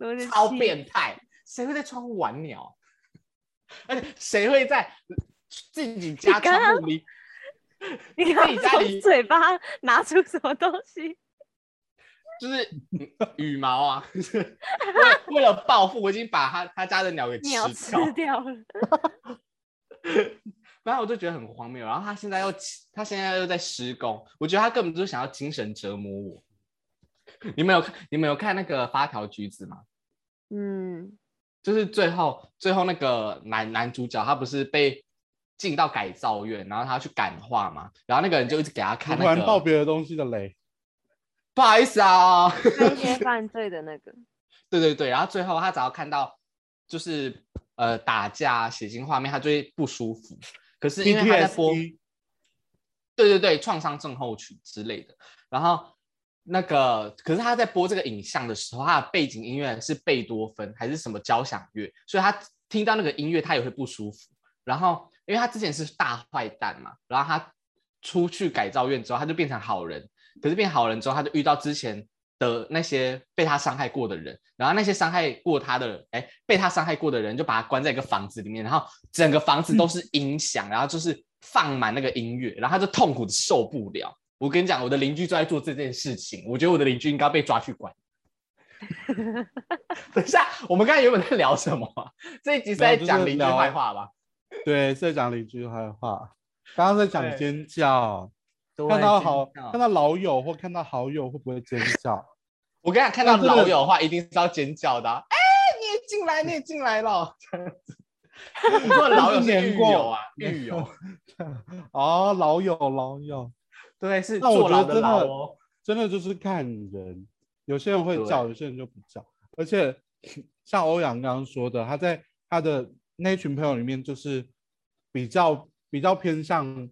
A: 我就
E: 超
A: 气
E: 变态，谁会在窗户玩鸟？而且谁会在自己家
A: 你刚刚
E: 窗户里？
A: (laughs) 你看
E: 自己家里
A: 从嘴巴拿出什么东西？
E: 就是嗯羽毛啊， (laughs) 就是为为了报复，我已经把他他家的鸟给吃
A: 鸟
E: 掉。
A: 吃掉了，
E: 反正我就觉得很荒谬。然后他现在又起他现在又在施工，我觉得他根本就是想要精神折磨我。你们有看你们有看那个发条橘子吗？
A: (laughs) 嗯，
E: 就是最后最后那个男男主角他不是被进到改造院，然后他去感化嘛，然后那个人就一直给他
B: 突
E: 看那
B: 然爆
E: 个，
B: 别的东西的雷，
E: 不好意思啊、 (laughs) 哦，
A: 那一些犯罪的那个，
E: 对对对，然后最后他只要看到就是呃打架、血腥画面，他就会不舒服。可是因
B: E
E: 为他在播，
B: PTSD
E: 对对对，创伤症候群之类的。然后那个，可是他在播这个影像的时候，他的背景音乐是贝多芬还是什么交响乐，所以他听到那个音乐他也会不舒服。然后，因为他之前是大坏蛋嘛，然后他出去改造院之后，他就变成好人。可是变好人之后，他就遇到之前的那些被他伤害过的人，然后那些伤害过他的，哎，被他伤害过的人就把他关在一个房子里面，然后整个房子
B: 嗯
E: 都是音响，然后就是放满那个音乐，然后他就痛苦的受不了。我跟你讲，我的邻居就在做这件事情，我觉得我的邻居应该被抓去关。 (laughs) 等一下，我们刚才原本在聊什么啊？这一集是在
B: 没有就是
E: 讲邻居
B: 聊
E: 坏话吧？
B: 对，在讲邻居坏话。刚刚在讲
E: 对
B: 尖叫，
E: 对
B: 看到好
E: 尖叫
B: 看到老友或看到好友会不会尖
E: (laughs)
B: 叫？
E: 我跟你讲，看到
B: 但真的
E: 老友的话，一定是要尖叫的啊、哎、你也进来，你也进来了。 (laughs) 你说老友是狱友啊，
B: 年过
E: 狱友，
B: (laughs) 哦，老友老友，
E: 对，是
B: 那我
E: 坐
B: 觉得
E: 牢
B: 真的
E: 牢哦。
B: 真的就是看人，有些人会
E: 对
B: 叫，有些人就不叫。而且 (laughs) 像欧阳刚刚说的，他在他的那群朋友里面，就是比较比较偏向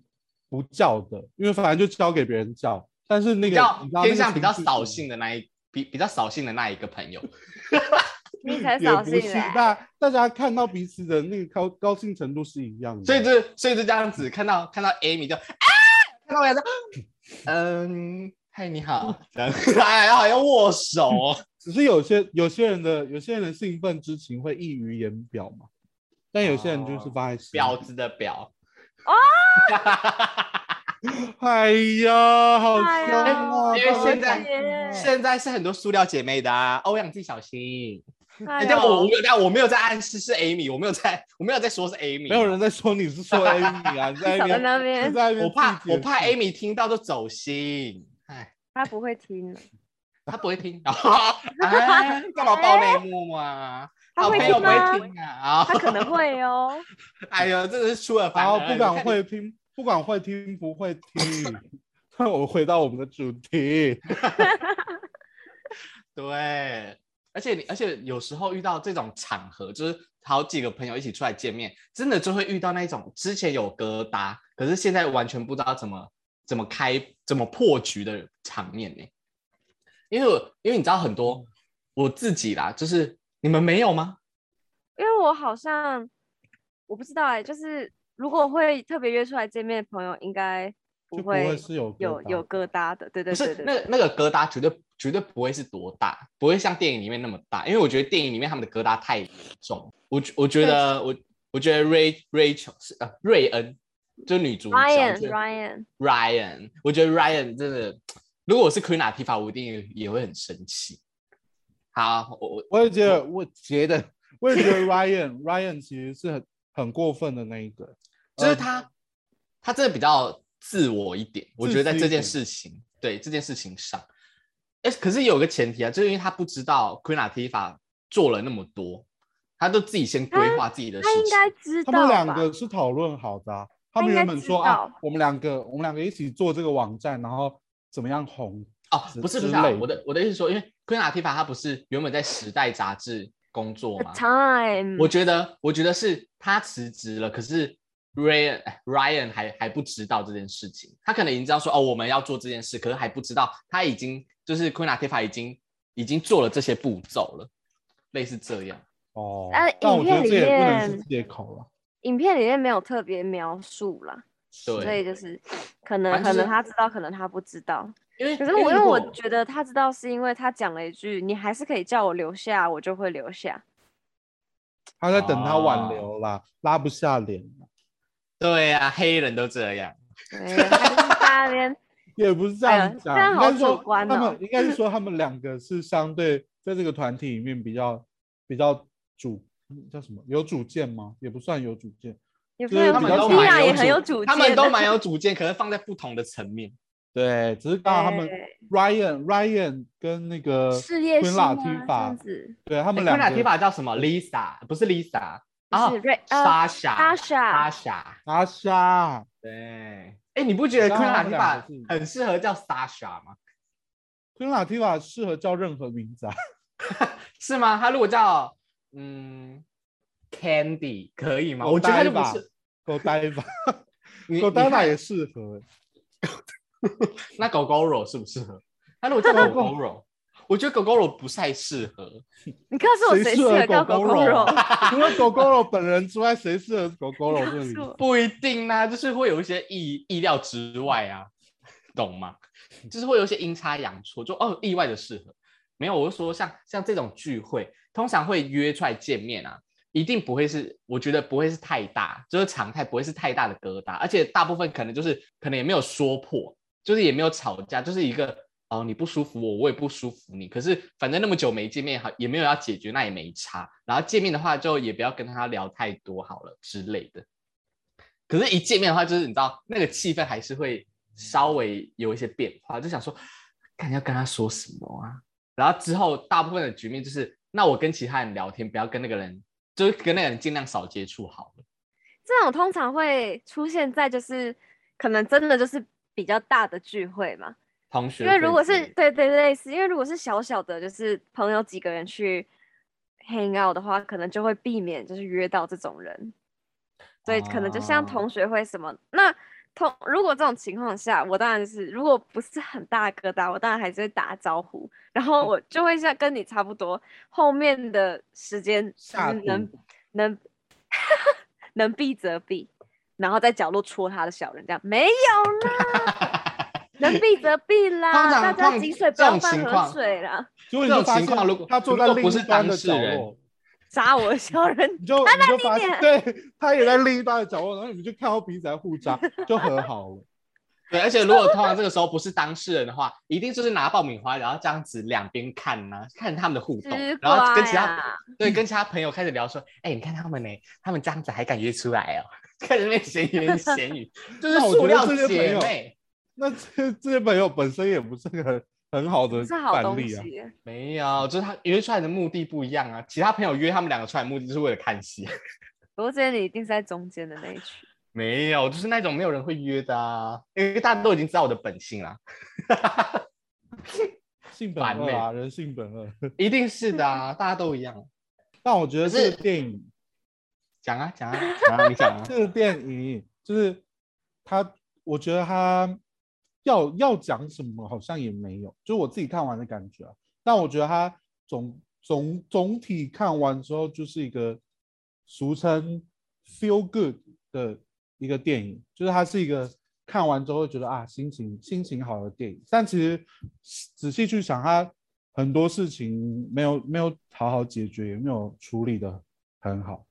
B: 不叫的，因为反正就交给别人叫。但是那
E: 比
B: 个
E: 较
B: 你知道那
E: 偏
B: 个
E: 向比较
B: 情绪
E: 扫兴的那一比比较扫兴的那一个朋友，
B: 嗯
A: 你才
B: 也
A: 扫
B: 不
A: 兴哎
B: 是，
A: 嘞。
B: 大大家看到彼此的那个高高兴程度是一样的，
E: 所以就所以就这样子，看到看到 Amy 就啊，看到我就嗯，嗨你好， (laughs) 这样哎好像握手
B: (laughs)
E: 哦，
B: 只是有些有些人的有些人的兴奋之情会溢于言表嘛，但有些人就是
E: 哦
B: 放在心里。
E: 婊子的婊
A: 哦。
B: 哎呀，好
A: 哎
B: 凶
A: 呀
B: 啊！
E: 因为
B: 放
E: 现
B: 在
E: 在
B: 心里
E: 现在是很多塑料姐妹的啊，欧阳自己小心。
A: 哎
E: 哎，
A: 呦
E: 但我我没有，但我没有在暗示是 Amy，我没有在，我没有在说是 Amy，
B: 没有人在说你是说 Amy 啊，你
A: (laughs)
B: 在
A: 少在
B: 那
A: 那
B: 边，你
A: 边，
B: 在那边
E: 我怕
B: 自己解
E: 我
B: 释
E: 怕 Amy 听到就走心，哎，
A: 他不会听的，
E: (laughs) 她不会听，哎，干嘛爆内幕啊？
A: (laughs) 他
E: 好
A: 会
E: 朋友
A: 听
E: 不会
A: 吗？
E: 听啊，
A: (laughs)
E: 啊
A: 他可能会哦。
E: (laughs) 哎呦，真的是出尔反
B: 然后
E: 尔，
B: 不
E: 你
B: 管
E: 看
B: 会听，不管会听不
A: (laughs)
B: 会听。那我回到我们的主题，
E: (laughs) 对，而且你而且有时候遇到这种场合，就是好几个朋友一起出来见面，真的就会遇到那种之前有疙瘩，可是现在完全不知道怎么怎么开怎么破局的场面呢、因为我因为你知道很多我自己啦，就是你们没有吗？
A: 因为我好像我不知道哎、就是如果会特别约出来见面的朋友，应该不
B: 就不
A: 会
B: 会是有
A: 有
B: 疙瘩
A: 有疙瘩的。对对
E: 不
A: 对
E: 是
A: 对，
E: 那个那个疙瘩绝对绝对不会是多大，不会像电影里面那么大，因为我觉得电影里面他们的疙瘩太严重。我觉我觉得我我觉得 Ray Rachel 是呃瑞恩就是女主角
A: Ryan
E: 就
A: Ryan，
E: Ryan，我觉得 Ryan 真的，如果我是 Queen a t i f a 我一定也也会很生气。好，我我
B: 我也觉得，我觉得，我也觉得 Ryan Ryan 其实是很很过分的那一个，
E: 就是
B: 嗯
E: 他，他真的比较自我一点。我
B: 自
E: 觉得在
B: 私
E: 这
B: 一
E: 件
B: 点
E: 事情，对这件事情上，哎，可是有个前提啊，就是因为他不知道 Queen a t i f a 做了那么多，他都自己先规划自己的事
A: 啊他应
E: 情。
A: 该知
B: 他
A: 道
B: 们
A: 吧？
B: 两个是讨论好的啊、
A: 他
B: 他们
A: 应该
B: 原本
A: 知
B: 说啊
A: 道，
B: 我们两个我们两个一起做这个网站，然后怎么样红，
E: 哦，不是不
B: 之
E: 是啊
B: 类，
E: 我的我的意思是说，因为 Queen a t i f a 他不是原本在《时代》杂志工作
A: The
E: 吗？
A: time，
E: 我觉得，我觉得是他辞职了，可是 Ryan 哎 Ryan 还还不知道这件事情，他可能已经知道说哦我们要做这件事，可是还不知道他已经就是 Queen a t i f a 已经已经做了这些步骤了，类似这样。
B: 哦，
A: 但
B: 但
A: 呃影
B: 我觉得
A: 片
B: 这也
A: 里
B: 不能是
A: 面
B: 借口了。
A: 影片里面没有特别描述啦，所以
E: 对，
A: 就是可能
E: 反
A: 可
E: 正
A: 能
E: 就是
A: 他知道，可能他不知道。
E: 因为
A: 可是我因为
E: 如
A: 我
E: 果
A: 觉得他知道，是因为他讲了一句“你还是可以叫我留下”，我就会留下。
B: 他在等他挽
E: 啊
B: 留啦，拉不下脸啦，
E: 对啊，黑人都这样，
A: 没有，他就是在那边
B: 也不是这
A: 哎呀
B: 样讲，
A: 这样
B: 应
A: 好
B: 该说
A: 主观
B: 他
A: 哦
B: 们应该是说他们两个是相对在这个团体里面比较比较主叫什么有主见吗？也不算有主见，
A: 也不
B: 就是
A: 是
B: 他们都
A: t
B: 蛮
A: i
B: 有
A: 也很
E: 主
A: 有主见的，
E: 他们都蛮有主见，可是放在不同的层面。
B: 对，只是刚好他们
A: 对
B: Ryan Ryan 跟那个
A: 哎事业
B: Queen
A: 心
B: La
A: 啊
B: t
A: 这样子。
B: 对他们
E: 哎 Queen
B: 两
E: a t i
B: 个
E: f a 叫什么？Lisa 不是 Lisa，然后
A: 不是，Ray- 呃
E: Sasha
A: Sasha
E: Sasha。
B: 阿莎，
E: 对，哎，你不觉得
B: 我
E: Queen
B: 知道
E: a
B: 他
E: t
B: 们
E: i f
B: 两
E: a
B: 个是
E: 很适合叫 Sasha 吗？
B: 昆拉提法适合叫任何名字啊，
E: 是吗？他如果叫嗯 Candy 可以吗？
B: 狗
E: 哦我觉得他
B: 呆
E: 就不
B: 吧
E: 是，
B: (laughs) 狗呆吧，
E: 你
B: 狗呆
E: 你
B: 吧
E: 看
B: 也适合。欸
E: 那狗狗肉适不 (laughs) 适合？那如果叫狗狗肉， (laughs) 我觉得狗狗肉不太适合。
A: 你告诉我
B: 谁
A: 谁
B: 适
A: 适
B: 合
A: 合
B: 狗
A: 叫
B: 狗
A: 狗
B: 肉
A: 肉？
B: 除了狗狗肉本人之外，谁适合狗狗肉这
A: 你
B: 里
A: 告？诉我
E: 不一定啦、就是会有一些意意料之外啊，懂吗？就是会有一些阴差阳错，就哦意外的适合。没有，我是说像像这种聚会，通常会约出来见面啊，一定不会是，我觉得不会是太大，就是常态不会是太大的疙瘩，而且大部分可能就是可能也没有说破，就是也没有吵架，就是一个哦你不舒服我，我也不舒服你，可是反正那么久没见面，好也没有要解决，那也没差。然后见面的话就也不要跟他聊太多好了之类的。可是，一见面的话，就是你知道那个气氛还是会稍微有一些变化，就想说，看要跟他说什么啊。然后之后大部分的局面就是，那我跟其他人聊天，不要跟那个人，就是跟那个人尽量少接触好了。
A: (laughs) 这种通常会出现在就是可能真的就是比较大的聚会嘛，
E: 同学
A: 因
E: 会
A: 为
E: 之类的，
A: 如果是对对类似，因为如果是小小的，就是朋友几个人去 hang out 的话，可能就会避免就是约到这种人，所以可能就像
E: 啊
A: 同学会什么、那。同如果这种情况下，我当然就是如果不是很大的疙瘩，我当然还是会打招呼，然后
E: 哦
A: 我就会像跟你差不多，后面的时间
B: 下
A: 就是能
B: 毒
A: 能 (laughs) 能避则避，然后在角落戳他的小人，这样没有啦，能避则避啦，
E: (laughs) 通常
A: 大家
E: 通
A: 井水不
E: 这
A: 要
E: 种
A: 犯
E: 情
A: 河
E: 况
A: 水啦，
B: 结果你就
E: 这种
B: 发
E: 情况如
B: 现
E: 果
B: 他坐在
E: 如果
B: 另
E: 不
B: 一
E: 是
B: 端的
E: 当事
B: 角
E: 人
B: 落，
A: 杀我的小人
B: 你，就你就发现，
A: 点
B: 对他也在另一端的角落，然后你们就看到彼此在互扎，就和好了。
E: 对，而且如果通常这个时候不是当事人的话，一定就是拿爆米花，然后这样子两边看呐、看他们的互动
A: 吃，
E: 然后
A: 瓜
E: 跟其他
A: 呀！
E: 对，跟其他朋友开始聊说，哎、你看他们呢、他们这样子还敢约出来哦， (laughs) 开始那闲言
A: (laughs)
E: 闲语，就是
B: 那我
E: 塑
B: 觉得
E: 料
B: 这些朋
E: 姐
B: 友
E: 妹。
B: 那这这些朋友本身也不是个很很好的
A: 是好
B: 范
A: 东
B: 例啊，
A: 西，
E: 没有，就是他约出来的目的不一样啊。其他朋友约他们两个出来的目的就是为了看戏， (laughs)
A: 不过这些你一定是在中间的那一群。
E: 没有，就是那种没有人会约的啊，因为大家都已经知道我的本性啦，
B: 性本恶啊，人性本恶。 (laughs)
E: 一定是
A: (laughs)
E: 的啊，大家都一样。
B: 但我觉得
E: 可是
B: 这个电影，
E: 讲啊讲啊
A: (laughs)
E: 讲啊，你讲啊，
B: 这个电影就是他，我觉得他要要讲什么好像也没有，就是我自己看完的感觉啊。但我觉得他总总总体看完之后，就是一个俗称 feel good 的一个电影，就是它是一个看完之后会觉得啊心情心情好的电影。但其实仔细去想，它很多事情没有没有好好解决，也没有处理的很好。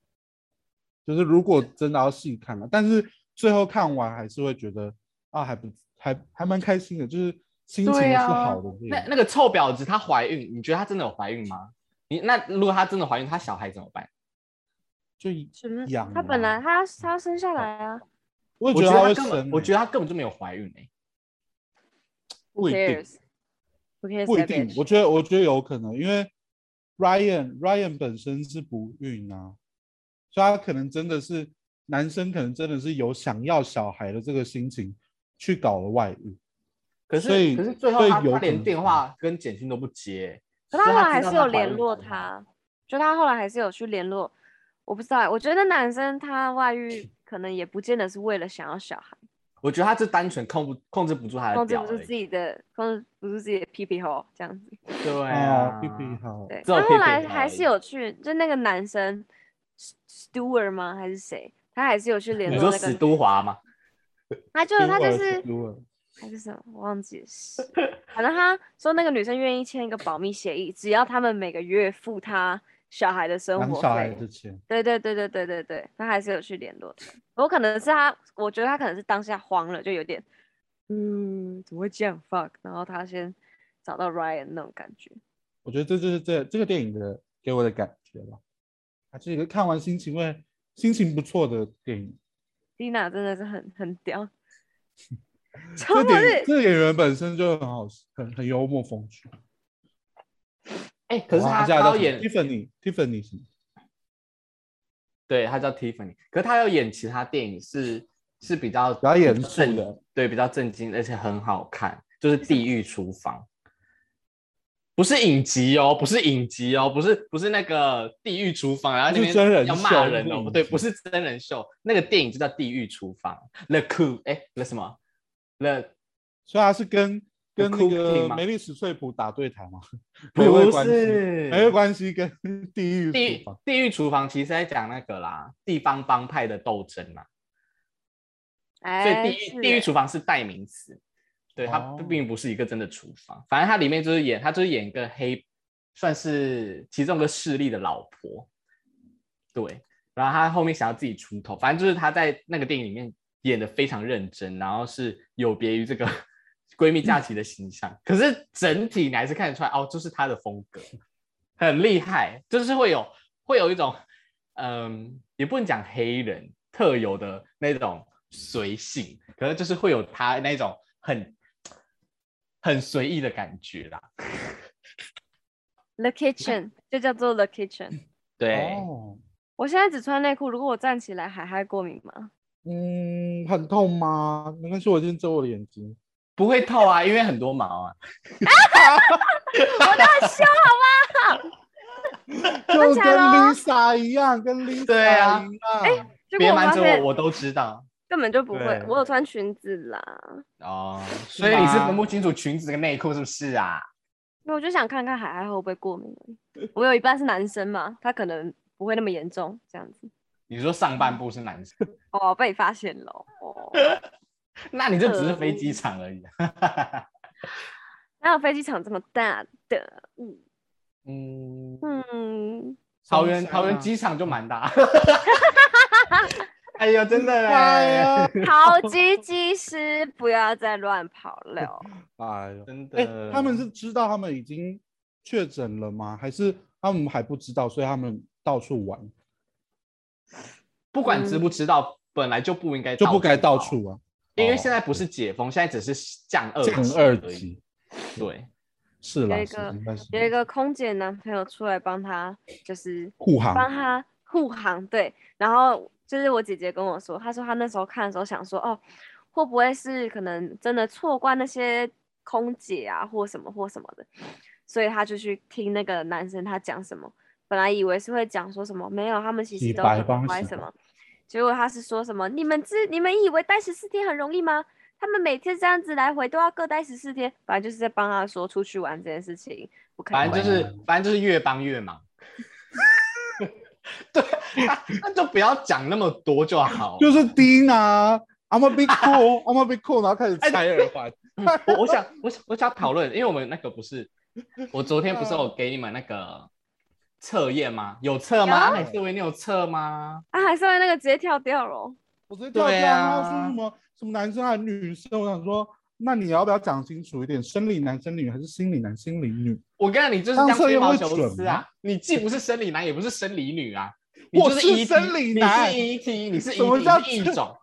B: 就是如果真的要细看了，但是最后看完还是会觉得啊还不还还蛮开心的，就是心情
E: 对
B: 是
E: 啊
B: 好的电影。
E: 那那个臭婊子她怀孕，你觉得她真的有怀孕吗？你那如果她真的怀孕，她小孩怎么办？
B: 就
A: 什么
B: 养？
A: 他本来
B: 啊
A: 他要他要生下来啊，
B: 我也
E: 我
B: 觉
E: 觉
B: 得
E: 得她
B: 他会
E: 根本
B: 生，，欸
E: 我觉得她根本就没有怀孕哎、
B: 不一定，
A: Who cares？Who cares？
B: 不一
A: that
B: 定
A: bitch？。
B: 我觉得我觉得有可能，因为 Ryan Ryan 本身是不孕啊，所以他可能真的是男生，可能真的是有想要小孩的这个心情去搞了外遇。
E: 可
B: 所以
E: 是可是最
B: 所
E: 后
B: 以
E: 她
B: 有
E: 她
B: 可
E: 连
B: 能
E: 电话跟简讯都不接，
A: 可
E: 所
A: 他
E: 以
A: 后来
E: 知
A: 还
E: 道
A: 是有
E: 怀
A: 联
E: 孕
A: 络
E: 了。
A: 他，就他后来还是有去联络。我不知道欸，我觉得男生他外
E: (sniffs)
A: 遇可能也不见得是为了想要小孩，
E: 我觉得她是单纯控不控制不住她的
A: 控制
E: 表
A: 不住
E: 而
A: 自
E: 已。
A: 己的，控制不住自己的屁屁吼这样子。
E: 对
B: 啊
E: 啊，
B: 屁屁好，
A: 对，
E: 只有
A: 他
E: 屁
A: 后
E: 股
A: 来
E: 而
A: 还是
E: 已
A: 有去，就那个男生 Stewart 吗？还是谁？他还是有去联
E: 你
A: 络
E: 说
A: 那
E: 史
A: 个，
E: 都华吗？
A: 他就啊他就
B: 如果
A: 是
B: 如果
A: 还是什么，我忘
E: (laughs)
A: 记是，反正他说那个女生愿意签一个保密协议，只要他们每个月付他小孩的生
B: 养
A: 活
B: 小孩
A: 费。
B: 之前，
A: 对对对对对对对，他还是有去联络的。我可能是他，我觉得他可能是当下慌了，就有点，嗯，怎么会这样 fuck？然后他先找到 Ryan 那种感觉。
B: 我觉得这就是这这个电影的给我的感觉吧。它是一个看完心情会心情不错的电影。
A: Dina 真的是很很
E: (laughs)
A: 屌，超
B: 这
A: 不
B: 点
A: 是
B: 这个演员本身就很好，很很幽默风趣。
E: 哎、可是她她要演，
B: Tiffany Tiffany 什么？
E: 对她叫 Tiffany，可是她要演其他电影是是比较比
B: 较严肃
E: 正
B: 的，
E: 对，比较震惊，而且很好看，就是《地狱厨房》。不是影集哦，不是影集哦，不是不是那个地狱厨房，啊然后那
B: 不是真人
E: 边
B: 秀
E: 要骂人
B: 不是影
E: 哦
B: 集，
E: 对，不是真人秀，那个电影就叫《地狱厨房》，The Cook，哎，The 什么？The
B: 所以他是跟跟那
E: Cooking
B: 个
E: 吗
B: 梅丽史翠普打对台
E: (laughs)
B: 嘛，没有
E: 不
B: 关系，
E: 是
B: 没有关系，跟地
E: 地
B: 狱厨
E: 狱
B: 房
E: 地狱厨房其实在讲那个啦，地方帮派的斗争啦，所
A: 哎，
E: 以地
A: 是
E: 狱地
A: 欸
E: 狱厨房是代名词，对，它
B: 哦
E: 并不是一个真的厨房，反正它里面就是演，它就是演一个黑，算是其中一个势力的老婆，对，然后他后面想要自己出头，反正就是他在那个电影里面演的非常认真，然后是有别于这个 (laughs) 闺蜜假期的形象，可是整体你还是看得出来哦，就是他的风格很厉害，就是会有会有一种嗯，也不能讲黑人特有的那种随性，可能就是会有他那种很很随意的感觉啦，
A: The Kitchen 就叫做 The Kitchen。
E: (laughs) 对。
B: 哦，
A: 我现在只穿内裤，如果我站起来，海海过敏
E: (laughs)
A: 吗？
B: 嗯，很痛吗？没关系，我先遮我的眼睛。
E: 不会透啊，因为很多毛啊。
A: 我的很凶，
B: 就跟
A: 起来咯
B: Lisa 一样，跟 Lisa
E: 对啊
B: 一样。
A: 结果
E: 别
A: 我
E: 瞒
A: 发
E: 着我，
A: 现
E: 我都知道
A: 根本就不会
B: 对，
A: 我有穿裙子啦。
E: 哦。所以你是分不清楚裙子跟内裤是不是啊？
A: 那我就想看看海海会不会过敏而已。我有一半是男生嘛，他可能不会那么严重，这样子。
E: 你说上半部是男生， (laughs)
A: 哦，被发现了。哦，
E: 那你就只是飞机场而已。 (laughs)
A: 哪有飞机场这么大的？嗯
E: 嗯，
A: 嗯，
E: 桃园
B: 松山啊
E: 桃园机场就蛮 (laughs) 大。哎呦，真的
B: 哎
E: 哎，
B: 呀，
A: 好机机师不要再乱跑了。哦
B: 哎呦，
E: 真的。嗯
B: 哎、他们是知道他们已经确诊了吗？还是他们还不知道，所以他们到处玩
E: 不管知不知道，本来就不应该
B: 就不该到
E: 跑，
B: 处啊？
E: 因为
B: 哦
E: 现在不是解封，现在只是降二
B: 降二
E: 而已。
B: 级
E: 对，
B: 是啦，
A: 有一
B: 是
A: 个
B: 应该是
A: 有一个空姐男朋友出来帮她，就是
B: 护
A: 帮
B: 航，
A: 她护航，对。然后就是我姐姐跟我说，她说她那时候看的时候想说，哦，会不会是可能真的错怪那些空姐啊，或什么或什么的，所以她就去听那个男生他讲什么。本来以为是会讲说什么，没有，他们其
B: 洗
A: 实都
B: 白
A: 很
B: 帮
A: 乖
B: 洗
A: 什
B: 白
A: 么。结果他是说什么？你们知你们以为待十四天很容易吗？他们每天这样子来回都要各待十四天，反正就是在帮他说出去玩这件事情不啊可以。
E: 反正就是反正就是越帮越 (laughs) 忙。对，那那就不要讲那么多就好。
B: 就是 Dina。I'm a big cool, (laughs) I'm a big cool，然后开始
E: 哎
B: 拆耳环。 (laughs)
E: 我我想我想我想讨论，因为我们那个不是，我昨天不
B: 嗯
E: 是有给你们那个测验吗？有测吗？
A: 有
E: 阿美思维，你有测吗？
A: 啊，还是那个直接跳掉了。
B: 我直接跳出
E: 对
B: 来，然后说
E: 啊
B: 什么什么男生还是女生，我想说，那你要不要讲清楚一点，生理男、生理女还是心理男、心理女？
E: 我跟你就是这样
B: 当测
E: 吹
B: 验
E: 毛
B: 会
E: 求疵
B: 准吗
E: 啊！你既不是生理男，也不是生理女啊！你
B: 我
E: 就是 ET
B: 生理男
E: 你是 ET，你是
B: (laughs) 什么叫
E: ET 你是异种？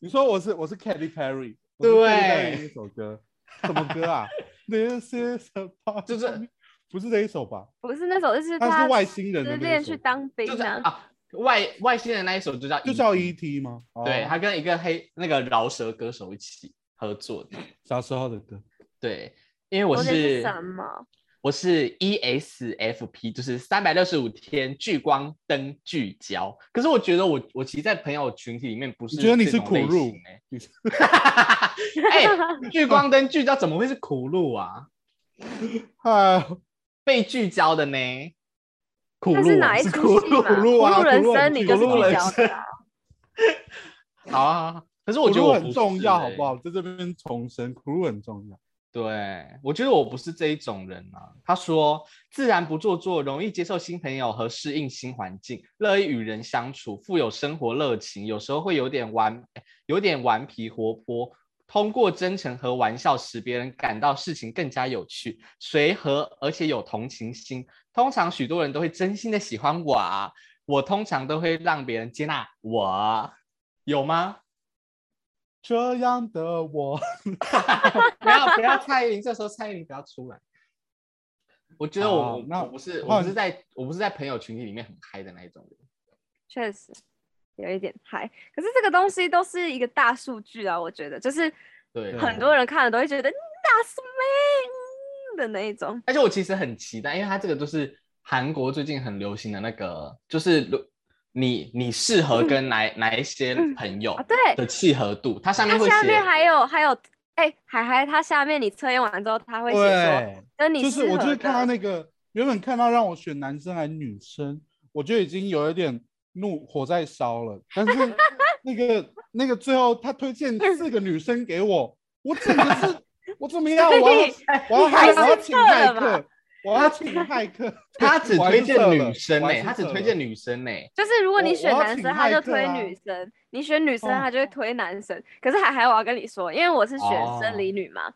B: 你说我是我是 Katy Perry，我
E: 对
B: 是 Katy Perry 一首歌，什么歌啊 (laughs) ？This is about
E: 就是
B: me 不是这一首吧？
A: 不是那首，就是
B: 他
A: 他
B: 是外星人的
A: 失
B: 那一
A: 恋
B: 首
A: 去，当兵
E: 就是
A: 啊。
E: 啊，外外星人那一首就叫
B: 就叫
E: ET
B: E.T. 吗？哦
E: 对他跟一个黑那个饶舌歌手一起合作的。
B: 小时候的歌。
E: 对，因为我
A: 我得
E: 是
A: 什么？
E: 我是 E ESFP，就是三百六十五天聚光灯聚焦。可是我觉得我我其实，在朋友群体里面不是
B: 你觉得你
E: 这
B: 是
E: 种
B: 苦
E: 类
B: 路
E: 型欸 (laughs) 哎、聚光灯聚焦怎么会是苦路啊？
B: 哎，
E: 被聚焦的呢？苦
A: 那
E: 路、
A: 是
E: 啊、
A: 哪一
E: 是
A: 出
E: 苦
A: 戏
E: 路
A: 嘛？
B: 苦路啊
A: 苦人
B: 苦路
A: 生，你就是
E: 苦
A: 聚
E: 路人
A: 焦的啊。
E: 好啊。好啊可是我觉得
B: 苦
E: 我
B: 路
E: 不
B: 很
E: 是
B: 重要，好
E: 欸
B: 不好？？在这边重申，苦路很重要。
E: 对，我觉得我不是这一种人啊。他说，自然不做作，容易接受新朋友和适应新环境，乐意与人相处，富有生活热情，有时候会有点顽，哎有点顽皮活泼。通过真诚和玩笑使别人感到事情更加有趣、随和，而且有同情心。通常许多人都会真心的喜欢我啊，我通常都会让别人接纳我，啊有吗？
B: 这样的我，
E: (laughs) 不要不要蔡依林，这时候蔡依林不要出来。我觉得我、
B: 好
E: 我
B: 那
E: 我不是
B: 换
E: 我不是在我不是在朋友群体里面很嗨的那一种人。
A: 确实有一点嗨，可是这个东西都是一个大数据啊，我觉得就是
E: 对，
A: 很多人看了都会觉得嗯大数妹，嗯的那一种。
E: 而且我其实很期待，因为它这个就是韩国最近很流行的那个，就是如你你适合跟哪、哪一些朋友
A: 嗯啊对
E: 的契合度，它上
A: 它
E: 面会
A: 下
E: 写
A: 面还有还有，哎、海海，它下面你测验完之后，它会写说
B: 对，
A: 跟你
B: 就是
A: 适
B: 我就
A: 合
B: 是看
A: (laughs)
B: 到
A: 的
B: 那个原本看到让我选男生还是女生，我就已经有一点怒火在烧了。但是
A: (laughs)
B: 那个那个最后他推荐
A: 嗯
B: 四个女生给我，我整个是我
A: (laughs)
B: 怎么样？哎我要我要
A: 还
B: 害我要
A: 是
B: 请
A: 撤
B: 骇
A: 了吧
B: 客，我要请骇客。
E: 他只
B: 我还
E: 推
B: 是
E: 荐
B: 撤了
E: 女生
B: 我
E: 呢、
B: 还是
E: 他只
B: 撤
E: 推
B: 了
E: 荐女生欸
A: 就
E: 呢、
A: 是如果
B: 我
A: 你选
B: 我要
A: 男
B: 请
A: 生，他
B: 骇
A: 就
B: 客
A: 推
B: 啊
A: 女生；你选女生，
B: 哦
A: 他就会推男生。可是海海，我要跟你说，因为我是选
E: 哦
A: 生理女嘛，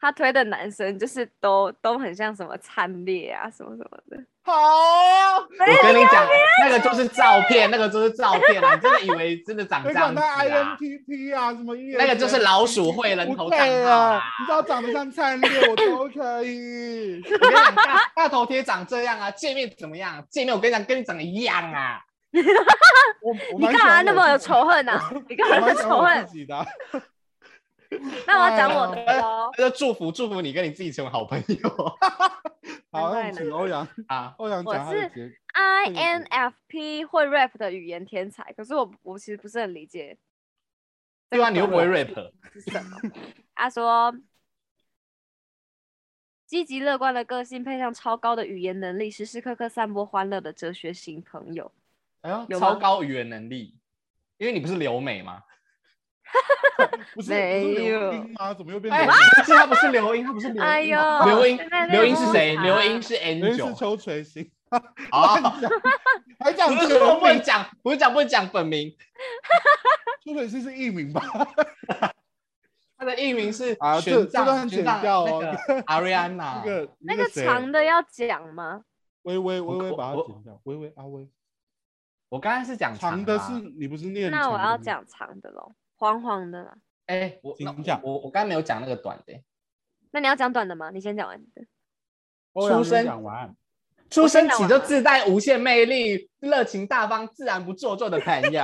A: 他推的男生就是都都很像什么惨烈啊，什么什么的。
B: 好，啊
A: 哎
E: 我跟你讲，那个就是照片，那个就是照片啊！你真的以为真的长这
B: 推
E: 样
B: 广
E: 子
B: 到
E: 啊？
B: INTP 啊，什么
E: (laughs)
B: E，
E: 那个就是老鼠会人
B: 不
E: 头账
B: 配
E: 号
B: 啊
E: 啊！！
B: 你知道长得像灿烈，我都
E: (laughs)
B: 可以。
E: 我跟你讲，大大头贴长这样啊，界面怎么样？界面我跟你讲，跟你长得一样啊！
B: 我我
A: 你
B: 蛮
A: 干嘛
B: 喜欢
A: 那
B: 我
A: 么有
B: 自己
A: 仇恨呢、
B: (laughs)
A: 啊？你干嘛那么
B: 我蛮喜
A: 仇
B: 欢我
A: 恨
B: 自？己的啊、
A: 那我要讲我
B: 哎
A: 的哦喽。
E: 那就祝福祝福你跟你自己成为好朋友
B: 好，那我
A: 难怪
B: 们请欧阳，
E: 啊！ (laughs)
B: 欧阳
A: 我
B: 讲他的
A: 是
B: 结。 (laughs) 嗯
A: INFP 会 rap 的语言天才，可是我我其实不是很理解
E: 对啊，你又不会 rap，
A: 是什么。 (laughs) 他说，积极乐观的个性配上超高的语言能力，时时刻刻散播欢乐的哲学型朋友。
E: 哎呦，
A: 有
E: 超
A: 吗
E: 高语言能力，因为你不是留美吗？
B: 不是
A: 没
B: 不是
A: 有
B: 刘英吗？怎么又变
E: 哎
B: 刘，
E: 可是他不是刘英，他不是刘
A: 哎
E: 英
A: 呦
E: 吗，，刘英
A: 现在那个
E: 刘英是谁？
A: 摸
E: 刘
A: 查
E: 英是
B: 英？刘英是
E: Angel
B: 邱垂星，
E: 啊！ (laughs)
B: 还讲
E: 不
B: 邱
E: 是说不
B: 垂
E: 能
B: 星？
E: 讲，不是讲不能讲本名，
B: 邱垂星是艺名吧？
E: 他的艺名是
B: 啊这
E: 玄
B: 这段
E: 奘，玄
B: 剪
E: 奘
B: 掉哦 (laughs)
E: 那个 Ariana，
B: 那个
A: 那个
B: 谁
A: 长的要讲吗？
B: 微微微
E: 我
B: 微
E: 我
B: 把它
E: 我
B: 剪掉，微微阿微
E: 我刚才是讲
B: 长
E: 的
B: 的
E: 啊
B: 是你不是念
A: 那
B: 长
A: 我
B: 的
A: 要
B: 吗，
A: 讲长的喽，黄黄的啦。
E: 哎，我
B: 请
E: 那
B: 讲
E: 我我刚才没有讲那个短的，
A: 那你要讲短的吗？你先讲完你的。
B: 欧阳
E: 出生
B: 你讲完，
E: 出
A: 我先
E: 生
A: 讲
E: 起
A: 完
E: 就
A: 了
E: 自带无限魅力、热情大方、自然不做作的朋友，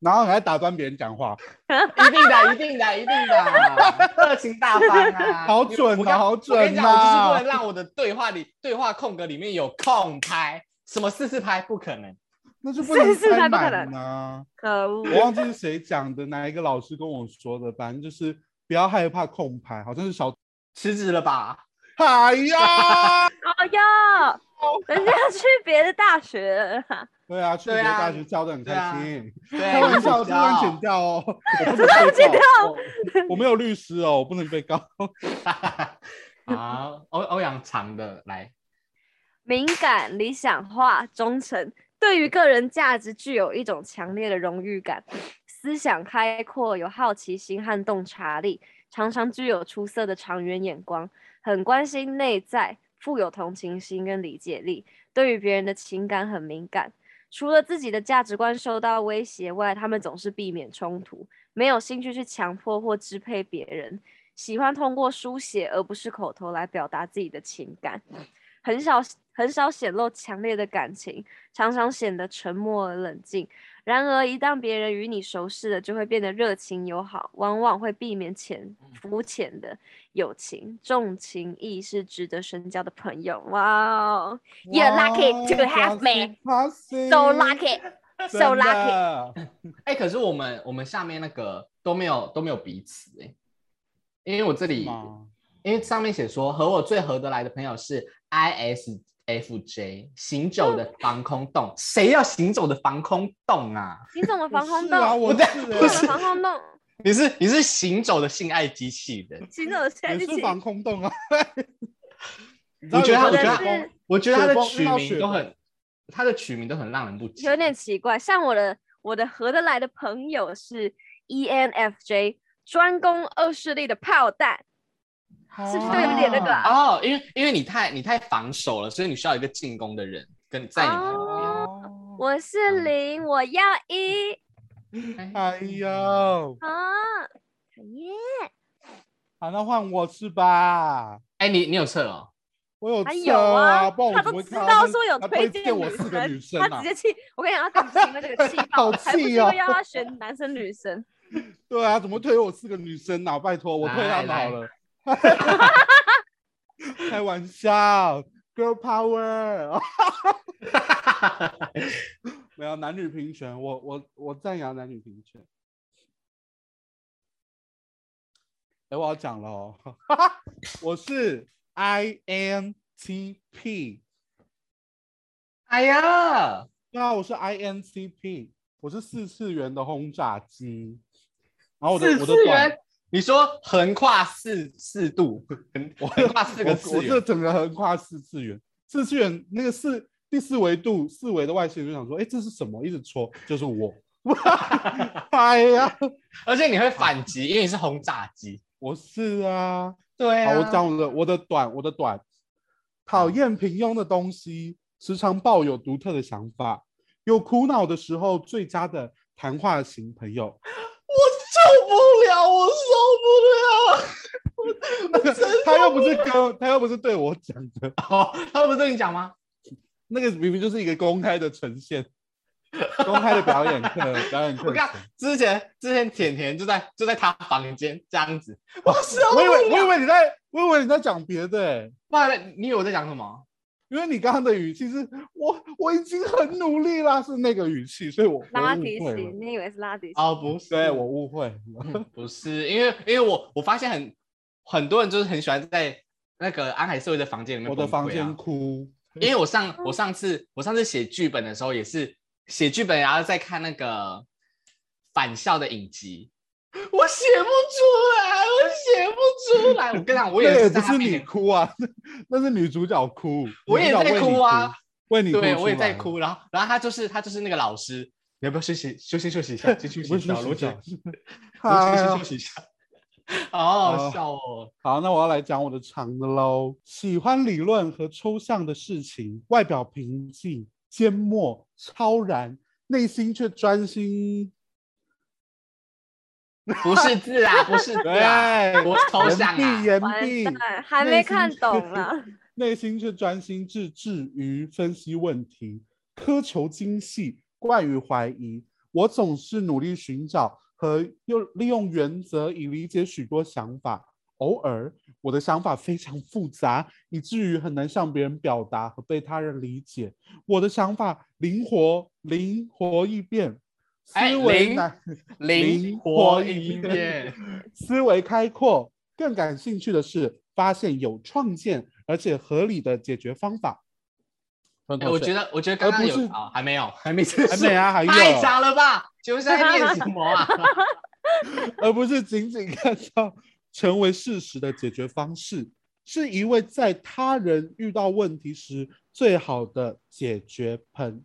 B: 然后还打断别人讲话，
E: 一定的，一定的，一定的，热情大方啊！
B: (laughs) 好
E: 你
B: 准
E: 我
B: 啊，
E: 刚
B: 好
E: 我跟
B: 准
E: 你讲，我就是不
B: 啊
E: 能！让我的对话里对话空格里面有空拍，什么四四拍不可能。
B: 那就不
A: 是
B: 能
A: 是
B: 塞
A: 还不可
B: 满啊
A: 能
B: 呢。
A: 可恶！
B: 我忘记是谁讲的，哪一个老师跟我说的，反正就是不要害怕空拍，好像是小
E: 辞职了吧？
B: 哎呀，
A: 哦哟，人家去别的大学了啦，
B: (laughs) 对啊，去别
E: 对
B: 的
E: 啊
B: 大学教的很开心，
E: 对，
B: 开玩笑，这段剪掉哦，我不能被告，我我没有律师哦，我不能被告。
E: (laughs) 好，欧欧阳长的来，
A: 敏感、理想化、忠诚，对于个人价值具有一种强烈的荣誉感，思想开阔，有好奇心和洞察力，常常具有出色的长远眼光，很关心内在，富有同情心跟理解力，对于别人的情感很敏感。除了自己的价值观受到威胁外，他们总是避免冲突，没有兴趣去强迫或支配别人，喜欢通过书写而不是口头来表达自己的情感，很少很少显露强烈的感情，常常显得沉默而冷静。然而，一旦别人与你熟识了，就会变得热情友好，往往会避免浅
B: 嗯
A: 肤浅的友情，重情义是值得深交的朋友。哇哦 You're lucky to have me.
B: me，so
A: ，so
B: (laughs)
A: lucky，so lucky。
B: lucky。
E: 哎、可是我们我们下面那个都没有都没有彼此哎、因为我这里
B: 吗
E: 因为上面写说和我最合得来的朋友是 ISFJ，行走的
B: 啊
E: 防空洞，谁要行走的防空洞啊？
A: 你怎么防空
B: 是啊，
A: 洞？
B: 我
E: 不对
B: 是
E: 不
A: 你
B: 欸
A: 怎
E: 是
A: 么防空洞？
E: 你是你是行走的性爱机器人，
A: 行走现在
B: 也
A: 就是
B: 防空洞啊。你
E: 我觉得他
A: 我
E: 我
A: 的
E: 觉
A: 是
E: 得我觉得它的
B: 雪
E: 取
B: 崩
E: 名都很，它的取名都很让人不解。
A: 有点奇怪。像我的我的合得来的朋友是 E ENFJ，专攻恶势力的炮弹，是不是都有点那个啊
E: 哦，因为因为你太你太防守了，所以你需要一个进攻的人跟你在你旁边。
B: 哦
A: 我是零，我要一
B: 哎呦，
A: 啊！讨厌，
B: 好，那换我是吧？
E: 哎、你你有测哦？
B: 我有
A: 还
B: 测
A: 有啊
B: 不然
A: 他
B: 我怎
A: 都
B: 么会
A: 知
B: 看
A: 道
B: 他
A: 说有
B: 他
A: 推
B: 荐
A: 荐
B: 我
A: 女
B: 四个
A: 生
B: 女生
A: 他
B: 啊
A: 直？接气，我跟你讲，他感情的这
B: (laughs)
A: 个气爆，
B: 好
A: 我才不
B: 气
A: 是因
B: 哦
A: 为要他选男生女
B: (laughs)
A: 生。
B: (laughs) 对啊，怎么推我四个女生啊？拜托，我推他们好了。开玩笑，girl power，没有男女平权，我我我赞扬男女平权。哎，我要讲了哦， (laughs) 我是 INTP，
E: (laughs) 哎呀，
B: 对啊，我是 INTP，我是四次元的轰炸机，然后我的
E: 四
B: 我的
E: 次
B: 短
E: 元，你说横跨四四度， (laughs) 横横跨四
B: 我
E: 个次
B: 我这
E: 元，
B: 整个横跨四次元，四次元那个四第四维度四维的外星人就想说，哎，这是什么？一直戳，就是我。 (laughs) 哎呀，
E: 而且你会反击，因为你是轰炸机。
B: 我是啊。
E: 对
B: 好，我讲我的我的短，我的短，讨厌平庸的东西，时常抱有独特的想法，有苦恼的时候最佳的谈话型朋友。
E: 受不了，我受不了，我真
B: 他又不是跟他又不是对我讲的，
E: (laughs) 好，哦他不是跟你讲吗？
B: 那个明明就是一个公开的呈现，公开的表演课，表演
E: 我
B: 课
E: 看
B: 程。
E: 之前之前甜甜就在就在他房间这样子，我受不
B: 我以为我以
E: 了。
B: 为你在，我以为你在讲别的、欸，
E: 不然你以为我在讲什么？
B: 因为你刚刚的语气是我我已经很努力啦，是那个语气，所以我
A: 拉
B: 我误
A: 迪
B: 会
A: 奇，
B: 了，
A: 你以为是拉迪奇？
E: 哦，不是，
B: 对我误会了，
E: 不是，因为因为我我发现很很多人就是很喜欢在那个安海社会的房间里面、啊
B: 我的房间，哭，
E: 因为我上我上次我上次写剧本的时候也是写剧本，然后再看那个返校的影集，我写不出来，我写不出来。我跟你讲，我
B: 那
E: 也
B: 也
E: 是
B: 不
E: 在他
B: 是
E: 面
B: 你
E: 前，
B: 哭啊，那是女主角哭，
E: 我也在哭啊
B: 女主角为你哭，为你
E: 对
B: 哭
E: 我也在
B: 出来，
E: 哭，然后然后他就是他就是那个老师，你要不要休息休息休息一下，先休息
B: 不
E: 一
B: 是
E: 下，
B: 主
E: 罗姐
B: 角，。
E: 我
B: (laughs) 哎
E: 休息
B: 呀
E: 休息一下。 (laughs) 好好笑哦！
B: 好，那我要来讲我的长的喽。喜欢理论和抽象的事情，外表平静、缄默、超然，内心却专心。
E: (laughs) 不是字啊，不是字啊，
B: 对，
E: 我抽象啊！
B: 言
A: 完
B: 必言必， (laughs)
A: 蛋，还
B: 内
A: 没
B: 心
A: 看
B: 是
A: 懂啊！
B: (laughs) 内心却专心致志于分析问题，苛求精细，惯于怀疑。我总是努力寻找和又利用原则以理解许多想法。偶尔，我的想法非常复杂，以至于很难向别人表达和被他人理解。我的想法灵活，灵活易变，思
E: 哎
B: 维
E: 灵
B: 难。
E: 灵活一面，
B: 思维开阔，更感兴趣的是发现有创建而且合理的解决方法。吞
E: 哎
B: 口
E: 我
B: 水
E: 觉得，我觉得刚
B: 而
E: 刚
B: 不
E: 有
B: 是
E: 哦，还没有，还没结束，
B: 还没啊，还有，
E: 太长了吧？请问是在念什么
B: (laughs)
E: 啊？
B: 而不是仅仅看到成为事实的解决方式，是一位在他人遇到问题时最好的解决朋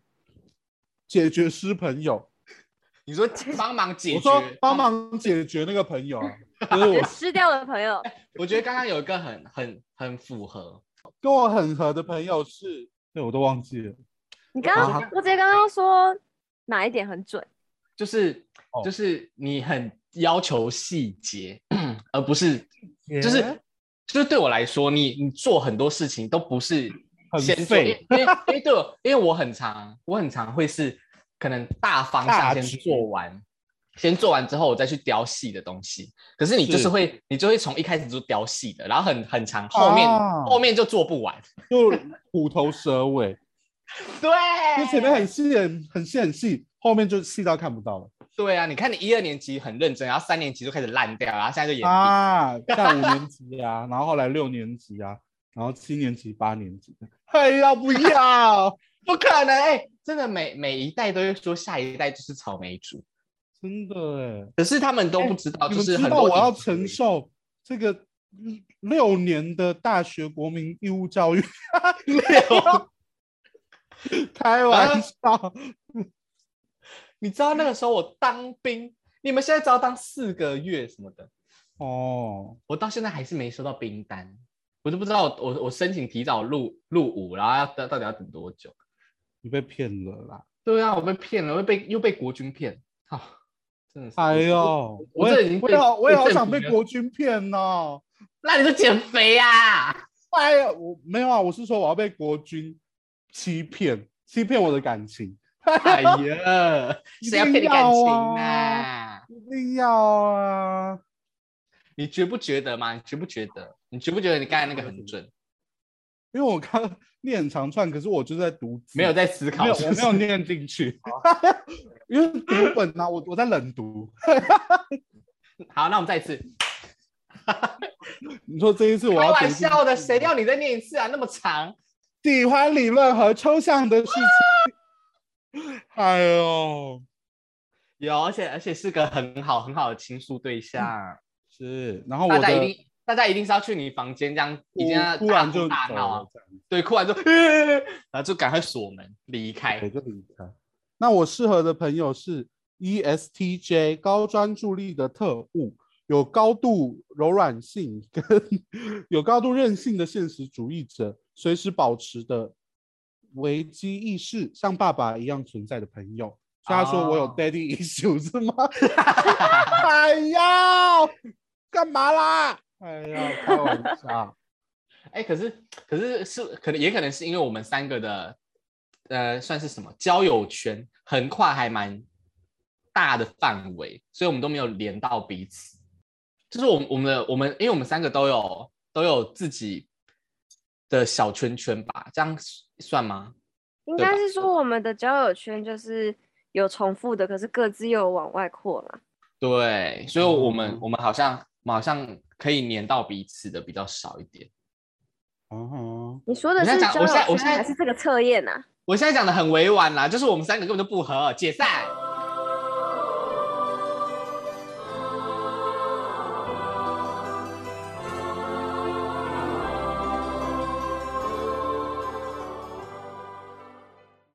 B: 解决师朋友。
E: 你说帮忙解
B: 我
E: 决
B: 说，帮。忙解决那个朋友啊，就是
A: 就
B: 我
A: 失掉的朋友，
E: 我觉得刚刚有一个很很很符合，
B: 跟我很合的朋友是，对我都忘记了。
A: 你刚刚
B: 啊
A: 我姐刚刚说哪一点很准？
E: 就是
B: 哦
E: 就是你很要求细节，而不是就是就是对我来说，你你做很多事情都不是
B: 很
E: 先做，因
B: 废
E: 为因为因为对我，因为我很常我很常会是可能大方
B: 大
E: 向
B: 局
E: 先做完，先做完之后我再去雕细的东西。可是你就是是会你就会从一开始就雕细的，然后很很长，后面、
B: 啊
E: 后面就做不完。
B: 就虎头蛇尾，
E: (laughs) 对，
B: 就前面很细很很细很细，后面就细到看不到了
E: 对啊，你看你一二年级很认真，然后三年级就开始烂掉，然后现在就演、
B: 啊！在五年级
E: (laughs)
B: 啊，然后后来六年级啊，然后七年级、八年级，哎呀，
E: (laughs)
B: 不要，
E: 不可能哎、真的每每一代都会说下一代就是草莓族，
B: 真的
E: 可是他们都不知道，
B: 哎，
E: 哦就
B: 你们
E: 是
B: 知
E: 很
B: 道
E: 多
B: 我要
E: 隐私 (laughs)
B: 承受这个六年的大学国民义务教育，哦开玩
E: 啊
B: 笑，
E: 你知道那个时候我当兵，你们现在只要当四个月什么的，
B: 哦，
E: 我到现在还是没收到兵单，我都不知道我我我申请提早入入伍，然后要到到底要等多久？
B: 你被骗了啦！
E: 对啊，我被骗了，又被又被国军骗，啊、真的是。
B: 哎，呦，
E: 我
B: 我
E: 这已
B: 也
E: 经
B: 我
E: 被
B: 也好我也
E: 被
B: 好
E: 政
B: 想
E: 府
B: 被
E: 了
B: 国军骗哦。
E: 那你就减肥
B: (laughs)
E: 啊！
B: 哎呀，我没有啊，我是说我要被国军欺骗，欺骗我的感情，
E: 哎呀，谁要骗你感情啊？
B: 一定要啊！
E: 你觉不觉得嘛？你觉不觉得？你觉不觉得你刚才那个很准？
B: 因为我刚念很长串，可是我就在读字
E: 没有在思考
B: 没有，
E: 是
B: 我
E: 不
B: 没
E: 是，
B: 有念进去，因为读本啊，我我在冷读。
E: (laughs) 好，那我们再一次。
B: 你说这一次我
E: 开
B: 要读
E: 玩
B: 进
E: 笑的，谁要你再念一次啊？那么长，
B: 喜欢理论和抽象的事情？ (laughs) 哎呦，
E: 有，而且而且是个很好很好的倾诉对象，
B: 是，然后嗯我
E: 大家一
B: 的
E: 定大家一定是要去你房间这样，已经要
B: 我突
E: 大
B: 然
E: 哭
B: 就
E: 大
B: 走
E: 闹啊
B: 了，，这样
E: 对，哭完之后，呃 (laughs) 然后就赶快锁门离开
B: 对，。就离开。那我适合的朋友是 E ESTJ，高专注力的特务，有高度柔软性跟有高度韧性的现实主义者，随时保持的危机意识，像爸爸一样存在的朋友。所以他说我有
E: 哦
B: daddy issue 是吗？ (laughs) 哎呀，干嘛啦？哎呀，开玩笑。
E: 哎，可是可是是可能也可能是因为我们三个的，呃，算是什么交友圈横跨还蛮大的范围，所以我们都没有连到彼此。就是我们我们的我们，因为我们三个都有都有自己的小圈圈吧，这样算吗？
A: 应
E: 对吧
A: 该是说我们的交友圈就是有重复的，可是各自又有往外扩啦。
E: 对，所以我们、
B: 嗯
E: 我们好像我们好像可以连到彼此的比较少一点。
B: 嗯哼，
A: 你说的
E: 我现
A: 是
E: 在
A: 交
E: 讲我
A: 友
E: 现在
A: 圈
E: 我现在
A: 还是这个测验呐、啊
E: 我现在讲的很委婉啦，就是我们三个根本就不合，解散。